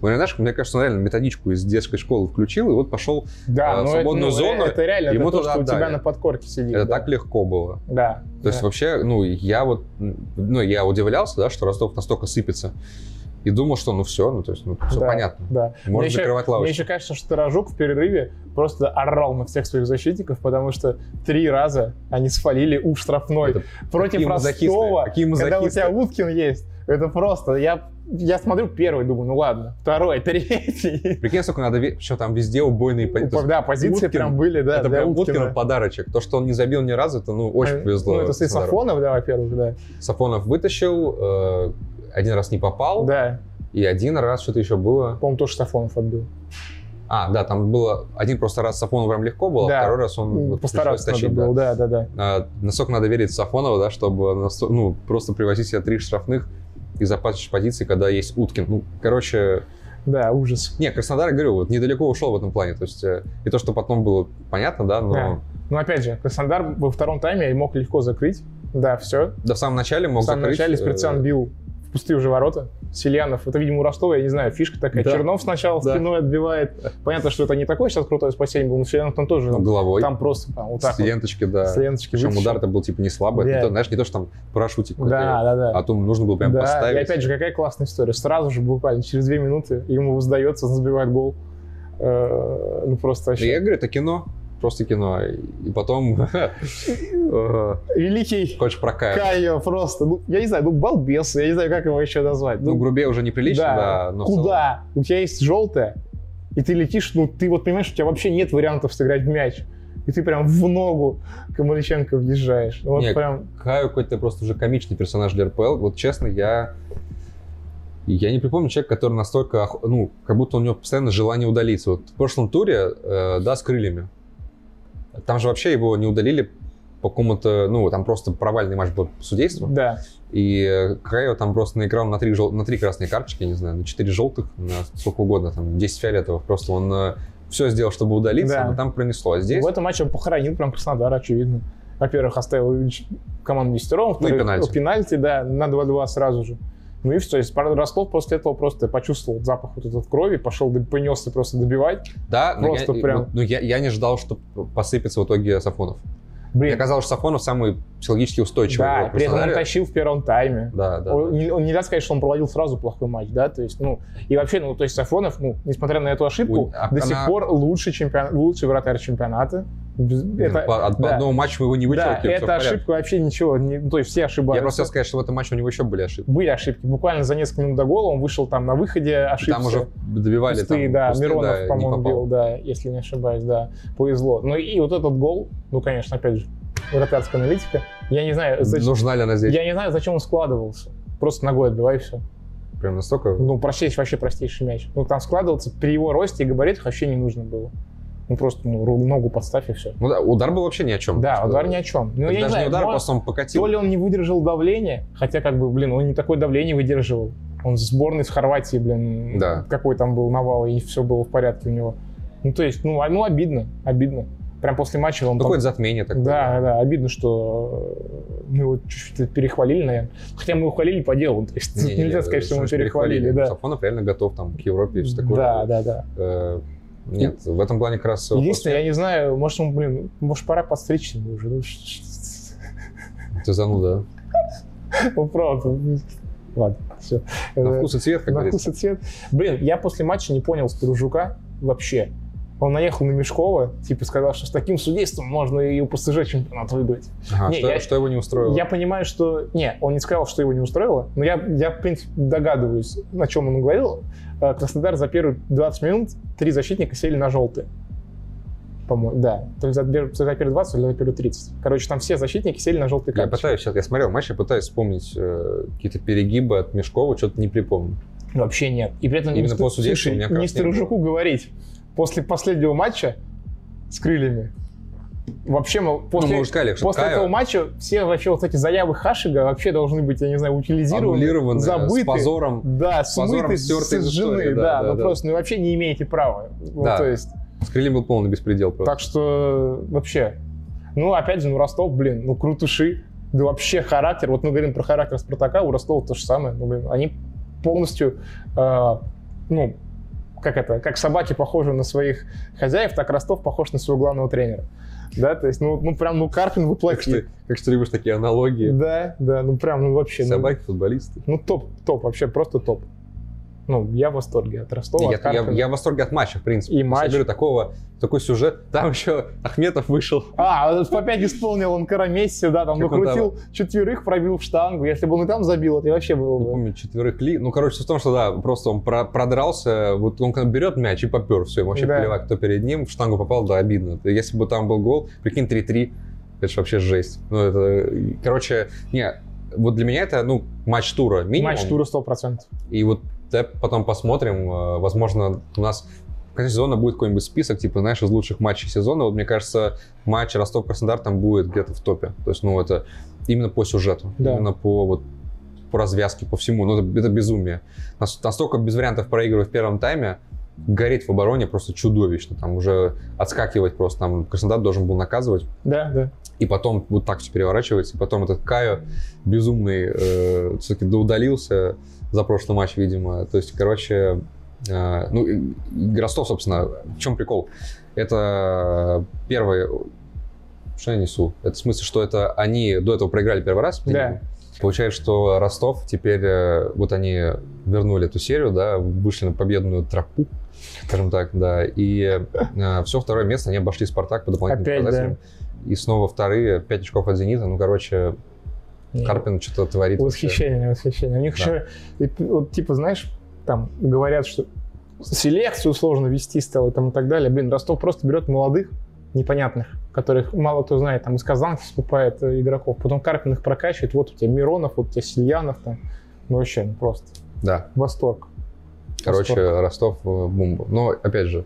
Вы знаешь, мне кажется, он реально методичку из детской школы включил, и вот пошел.
реально. Да,
а,
ну, это-
свободную
ну,
зону,
это реально,
ему
это то,
туда
что у тебя
отдали.
на подкорке сидит.
Это
да.
так легко было.
Да.
То есть
да.
вообще, ну, я вот, м, ну, я удивлялся, да, что Ростов настолько сыпется. И думал, что ну все, ну, то есть, ну, все
Да.
понятно.
Да.
Можно
Мне еще-
закрывать лавочку.
Мне еще кажется, что Рожук в перерыве просто орал на всех своих защитников, потому что три раза они сфалили у штрафной.
Это
Против
Какие мазохисты,
Ростова,
какие
когда у
мазохисты.
тебя Уткин есть, это просто, я я смотрю первый, думаю, ну ладно, второй, третий.
Прикинь, сколько надо... Еще там везде убойные... пози- то есть
Да, позиции
Уткин-
прям были, да,
это
для
прям
Уткина.
Уткину подарочек. То, что он не забил ни разу, это ну
А,
очень повезло.
Ну, это с
Сафонов.
Сафонов, да, во-первых, да.
Сафонов вытащил, э, один раз не попал,
Да,
и один раз что-то еще было.
по-моему, тоже Сафонов отбил.
А, да, там было один просто раз Сафонову прям легко было,
Да. Ну,
а второй раз он вот
Постараться
пришлось
надо
тащить, да.
было, да, да, да.
А, насколько надо верить Сафонову, да, чтобы насто- ну, просто привозить себе три штрафных и запасишь позиции, когда есть Уткин. Ну, короче,
Да, ужас.
не, Краснодар, я говорю, вот недалеко ушел в этом плане. То есть, э, и то, что потом было понятно, да, но
Да. Но Ну, опять же, Краснодар во втором тайме мог легко закрыть. Да, все.
да, в самом начале
В
мог
самом
закрыть,
начале
э,
Спиртян бил в пустые уже ворота. Сельянов, это, видимо, у Ростова, я не знаю, фишка такая.
Да.
Чернов сначала
Да.
спиной отбивает. Понятно, что это не такое сейчас крутое спасение было, но Сельянов там тоже,
ну, головой,
там просто там, вот так
с
вот,
ленточки, да.
с ленточки
Причем
вытащил.
удар-то был, типа, не слабый.
Да.
Не то, знаешь, не то, что там парашютик
Да,
какой-то,
да, да.
а то нужно было прям
да,
поставить. Ну,
и опять же, какая классная история. Сразу же, буквально через две минуты, ему сдается, он забивает гол. Э, Ну, просто
Да Я
вообще.
говорю, это кино, просто кино. И потом э,
Великий
хочешь прокаяться.
Кайо просто. Ну, я не знаю, ну, балбес, я не знаю, как его еще назвать.
Ну, грубее уже неприлично, да. но в целом-
Куда? У тебя есть желтая, и ты летишь, ну, ты вот понимаешь, у тебя вообще нет вариантов сыграть в мяч. И ты прям в ногу Камаличенко въезжаешь. Вот
Не,
прям...
Каю какой-то просто уже комичный персонаж для РПЛ. Вот честно, я... Я не припомню человека, который настолько, ох- ну, как будто у него постоянно желание удалиться. Вот в прошлом туре, э, да, с крыльями. Там же вообще его не удалили по какому-то, ну, там просто провальный матч был судейства.
Да.
И э, Кайо там просто наиграл на три, жел- на три красные карточки, я не знаю, на четыре желтых, на сколько угодно, там 10 фиолетовых. Просто он все сделал, чтобы удалиться,
Да.
но там пронесло. А здесь
В этом матче он похоронил прям Краснодар, очевидно. Во-первых, оставил Ильич команду десятером,
Ну и
вторых,
пенальти.
да, на 2-2 сразу же. Ну и все, и Спар- Ростов после этого просто почувствовал запах вот этот крови, пошел, д- понесся просто добивать.
да, но
просто
я, и-
прям.
вот, Ну, я, я не ждал, что посыпется в итоге Сафонов. Мне
Блин,
казалось, что Сафонов самый психологически устойчивый.
да,
игрок в
при этом он
Краснодаре.
тащил в первом тайме.
Да, да.
Он-
да.
не- он- нельзя сказать, что он проводил сразу плохой матч, да, то есть, ну, и вообще, ну, то есть Сафонов, ну, несмотря на эту ошибку,
Ой, а
до
она-
сих пор лучший чемпион, лучший вратарь чемпионата. Без-
Блин,
это-
по- от по
да.
одного матча мы его не
да,
вычеркиваем. всё в
эта
порядке.
ошибка вообще ничего, не- ну, то есть все ошибаются.
Я просто хотел сказать, что в этом матче у него еще были ошибки.
были ошибки. Буквально за несколько минут до гола он вышел там на выходе, ошибся.
Там уже добивали.
пустые,
там,
да,
пустые,
Миронов,
да, не
по-моему,
попал.
бил, да, если не ошибаюсь, да, повезло. Ну и вот этот гол, ну, конечно, опять же, вратарская аналитика. Я не знаю, зачем,
Нужна ли она Ну, здесь?
я не знаю, зачем он складывался. Просто ногой отбивай и все.
Прям настолько...
Ну, простейший, вообще простейший мяч. Ну, там складываться при его росте и габаритах вообще не нужно было. Ну, просто ну, ру- ногу подставь и все.
Ну да, удар был вообще ни о чем.
Да,
Просто-
удар ни о чем. Ну,
Это
я не
даже
знаю,
не удар, а
может,
просто он покатил.
То ли он не выдержал давление, хотя, как бы, блин, он не такое давление выдерживал. Он в сборной с Хорватии, блин,
Да.
какой там был навал, и все было в порядке у него. Ну, то есть, ну, а- ну обидно, обидно. Прям после матча он...
Ну, Какое-то затмение
там-
такое.
Да, да, обидно, что э, мы его чуть-чуть перехвалили, наверное. Хотя мы его хвалили по делу, то есть
Не-не-не,
нельзя сказать, что мы перехвалили, да.
Ну, Сафонов реально готов там к Европе и все такое.
Да, да, да.
Э, Нет, в этом плане как раз...
Единственное, я не знаю, может, он, блин, может, пора подстричься ему уже. ну, ш- ш-
Ты зануда.
Ну, правда. Ладно, все.
На вкус и цвет, как
Э, на
говорится.
вкус и цвет. Блин, я после матча не понял Стружука вообще. Он наехал на Мешкова, типа сказал, что с таким судейством можно и у ПСЖ чемпионат выиграть.
Ага,
Не,
что,
я-
что его не устроило?
Я понимаю, что... Не, он не сказал, что его не устроило, но я, я в принципе, догадываюсь, о чем он говорил. Э, Краснодар за первые 20 минут три защитника сели на желтые. По-моему, да. То ли за, пер- за первые 20, то ли за первые 30. Короче, там все защитники сели на желтые
Я
карточки.
пытаюсь сейчас, я смотрел матч, я пытаюсь вспомнить э, какие-то перегибы от Мешкова, что-то не припомню. Ну,
Вообще нет. И при этом
Именно
не
по
ст-
судейству
слушай,
у меня как
не
раз не было.
Стрижуку говорить после последнего матча с крыльями. Вообще, мол,
ну,
после,
мы уже сказали, что
после
Кайо
этого матча все вообще вот эти заявы Хашига вообще должны быть, я не знаю, утилизированы,
аннулированы,
забыты.
с позором.
да,
позором
смыты,
стерты из
сожжены,
истории, да,
да,
да,
ну
да.
просто, ну вообще не имеете права. Ну,
Да.
то есть,
С крыльями был полный беспредел просто.
так что вообще, ну опять же, ну Ростов, блин, ну крутыши, да вообще характер, вот мы говорим про характер Спартака, у Ростова то же самое, ну блин, они полностью, э, ну, как это, как собаки похожи на своих хозяев, так Ростов похож на своего главного тренера. Да, то есть, ну, ну прям, ну, Карпин
как,
воплоти.
ты, как ты любишь такие аналогии?
Да, да, ну прям, ну вообще, ну,
Собаки, футболисты.
ну топ, топ, вообще просто топ. Ну, я в восторге от Ростова, от
я, я-
Харькова.
я в восторге от матча, в принципе.
И
Потому что
матч.
Я говорю, такого, такой сюжет. Там еще Ахметов вышел.
А, вот опять исполнил он Карамесси, да, там
Как он
накрутил четверых, пробил в штангу. Если бы он и там забил, это вообще было
Не
бы...
помню, четверых ли. Ну, короче, суть в том, что да, просто он про- продрался. Вот он когда берет мяч и попер. Все, ему вообще
Да.
плевать, кто перед ним. В штангу попал, да, обидно. Если бы там был гол, прикинь, 3-3. Это же вообще жесть. Ну, это... Короче, не, вот для меня это, ну, матч тура минимум.
Матч тура 100%.
И вот да, потом посмотрим, э, возможно, у нас в конце сезона будет какой-нибудь список, типа, знаешь, из лучших матчей сезона. Вот мне кажется, матч Ростов-Краснодар там будет где-то в топе. То есть, ну, это именно по сюжету,
Да.
именно по вот по развязке, по всему. Ну, это, это безумие. Нас- Настолько без вариантов проигрывать в первом тайме, гореть в обороне просто чудовищно. Там уже отскакивать просто, там Краснодар должен был наказывать.
Да, да.
И потом вот так все переворачивается. И потом этот Кайо безумный э, все-таки доудалился за прошлый матч, видимо. То есть, короче, э, ну, и- и Ростов, собственно, в чем прикол? Это первое... Что я несу? Это в смысле, что это они до этого проиграли первый раз?
Да.
Получается, что Ростов теперь, э, вот они вернули эту серию, да, вышли на победную тропу, скажем так, да, и все второе место они обошли Спартак по дополнительным
Опять, да.
показателям. И снова вторые, 5 очков от Зенита, ну, короче, Карпин что-то творит. вообще.
Восхищение, восхищение. У них
Да.
еще, и ты- вот, типа, знаешь, там говорят, что селекцию сложно вести стало там и так далее. Блин, Ростов просто берет молодых, непонятных, которых мало кто знает. Там из Казанки скупает э, игроков. Потом Карпин их прокачивает. Вот у тебя Миронов, вот у тебя Сильянов там. Ну вообще, ну просто
Да,
восторг.
короче,
Восторг.
Ростов э, бомба. Но, опять же,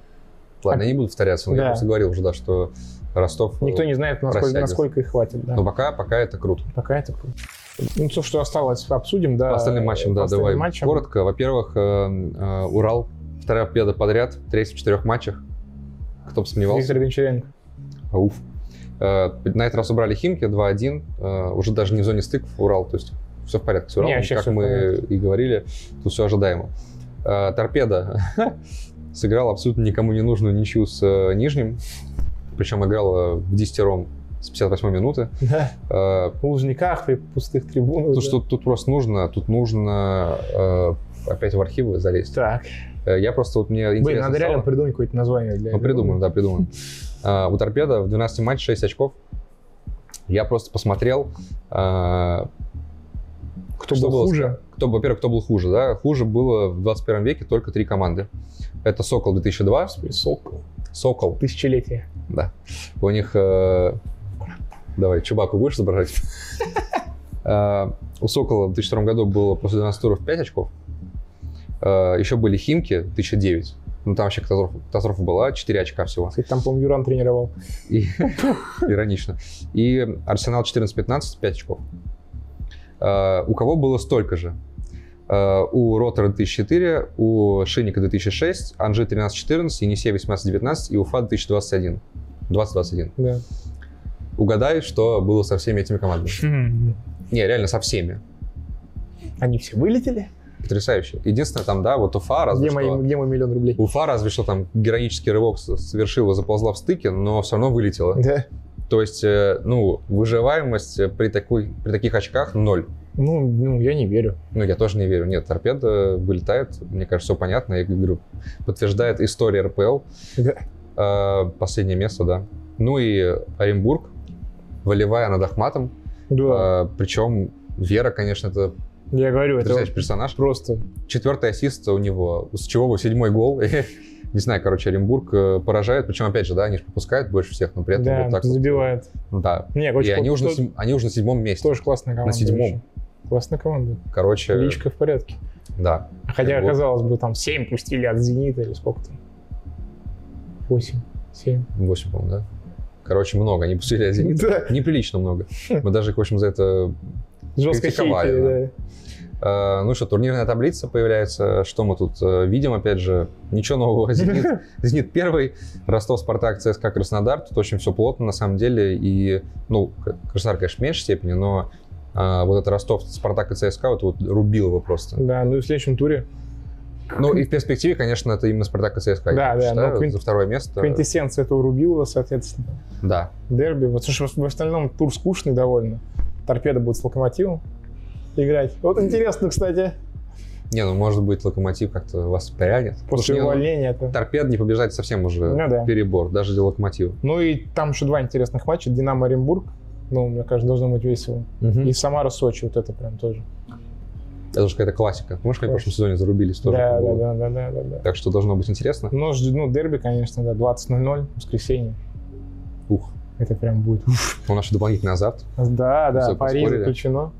ладно, я не буду повторяться, но я
А Да.
просто говорил уже, да, что Ростов... э,
Никто не знает, насколько,
Просядет.
насколько их хватит. Да.
Но пока, пока это круто.
Пока это круто. Ну, то, что осталось, обсудим, да.
По остальным матчам, да,
По остальным
давай.
матчам.
Коротко. Во-первых, э, э, Урал. Вторая победа подряд, третья в четырех матчах. Кто бы сомневался.
Виктор Гончаренко.
Уф. Э, На этот раз убрали Химки 2-1. э, Уже даже не в зоне стык Урал. То есть все в порядке с Уралом,
Не, вообще
как
всё в
мы
порядке.
и говорили. Тут все ожидаемо. Э, Торпеда сыграла абсолютно никому не нужную ничью с э, Нижним. Причем играла в десятером с 58 минуты.
Да.
Э,
В Лужниках при пустых трибунах. да.
Тут, Ну, что, тут просто нужно, тут нужно э, опять в архивы залезть.
Так.
Э, Я просто вот мне интересно
Блин, надо
стало.
реально придумать какое-то название для
Ну,
этого.
придумаем, да, придумаем. А, У Торпеда в 12 матчах 6 очков. Я просто посмотрел, а,
Кто
Что
был
было
хуже?
кто, во-первых, кто был хуже, да. Хуже было в 21 веке только три команды. Это Сокол 2002,
Сокол.
Сокол,
Тысячелетие.
да. У них... э, Давай, Чубаку будешь изображать? Э, У Сокола в 2002 году было после 12 туров 5 очков. Э, Еще были Химки 1009. Ну, там вообще катастрофа, катастрофа была, 4 очка всего.
Кстати, там, по-моему, Юран тренировал.
И- Иронично. И Арсенал 14-15, 5 очков. Э, У кого было столько же? Э, У Ротора 2004, у Шинника 2006, Анжи 13-14, Енисей 18-19 и Уфа 2021. 2021.
Да.
Угадай, что было со всеми этими командами. Не, реально со всеми.
Они все вылетели.
Потрясающе. Единственное, там, да, вот Уфа, разве
Где
что...
мой, где мой миллион рублей?
Уфа разве что там героический рывок с- совершила, заползла в стыке, но все равно вылетела.
Да.
То есть, э, ну, выживаемость э, при, такой, при таких очках ноль.
Ну, ну, я не верю.
Ну, я тоже не верю. Нет, торпеда вылетает. Мне кажется, все понятно. Я говорю, подтверждает история РПЛ.
Да.
Э, Последнее место, да. Ну и Оренбург, волевая над Ахматом. А,
Да.
Причем Вера, конечно, это
я говорю, это
потрясающий персонаж.
просто...
Четвертый ассист у него, с чего бы седьмой гол. Не знаю, короче, Оренбург э, поражает. Причем, опять же, да, они же пропускают больше всех, но при этом
да,
вот так вот.
забивает.
Да.
Не,
И
очень
они
круто.
уже, на
Тоже-
сем- они уже на седьмом месте.
Тоже классная команда.
седьмом.
вообще. Классная команда.
Короче,
Личка в порядке.
да.
Хотя,
Вот.
казалось бы, там 7 пустили от «Зенита» или сколько там? 8. 7.
8, по-моему, да? Короче, много. Они пустили один. Неприлично много. Мы даже, их, в общем, за это...
Жестко
Критиковали,
хейтили,
Э, Ну что, турнирная таблица появляется. Что мы тут э, видим? Опять же, ничего нового. Зенит,
да.
Зенит первый, Ростов, Спартак, ЦСКА, Краснодар. Тут очень все плотно, на самом деле. И, ну, К- Краснодар, конечно, в меньшей степени, но э, вот это Ростов, Спартак и ЦСКА, вот, вот рубил его просто.
Да, ну и в следующем туре
Ну и в перспективе, конечно, это именно Спартак и
Да,
ЦСКА. я
да,
считаю,
но квин-
За второе место.
Квинтэссенция этого Рубилова, соответственно.
Да.
Дерби. Вот слушай, в остальном тур скучный довольно. Торпеда будет с локомотивом играть. Вот интересно, кстати.
Не, ну может быть, локомотив как-то вас прянет. Потому что,
После
не, ну,
увольнения это...
торпед не побежать совсем уже
Ну да.
перебор, даже для локомотива.
Ну и там еще два интересных матча. Динамо Оренбург. Ну, мне кажется, должно быть весело. И Самара Сочи, вот это прям тоже.
Это уже какая-то классика. Помнишь, как в
Класс.
прошлом сезоне зарубились тоже?
Да,
как
да,
было?
да, да, да, да, да.
Так что должно быть интересно.
Ну, ж- ну, дерби, конечно, да, 20.00, воскресенье.
Ух,
Это прям будет.
у нас еще дополнительно азарт.
Да, да,
Всё,
пари
поспорили.
заключено.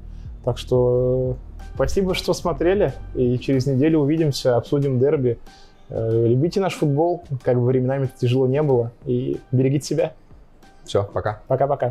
Так что э, спасибо, что смотрели. И через неделю увидимся, обсудим дерби. Э, Любите наш футбол, как бы временами это тяжело не было. И берегите себя.
Все, пока.
Пока-пока.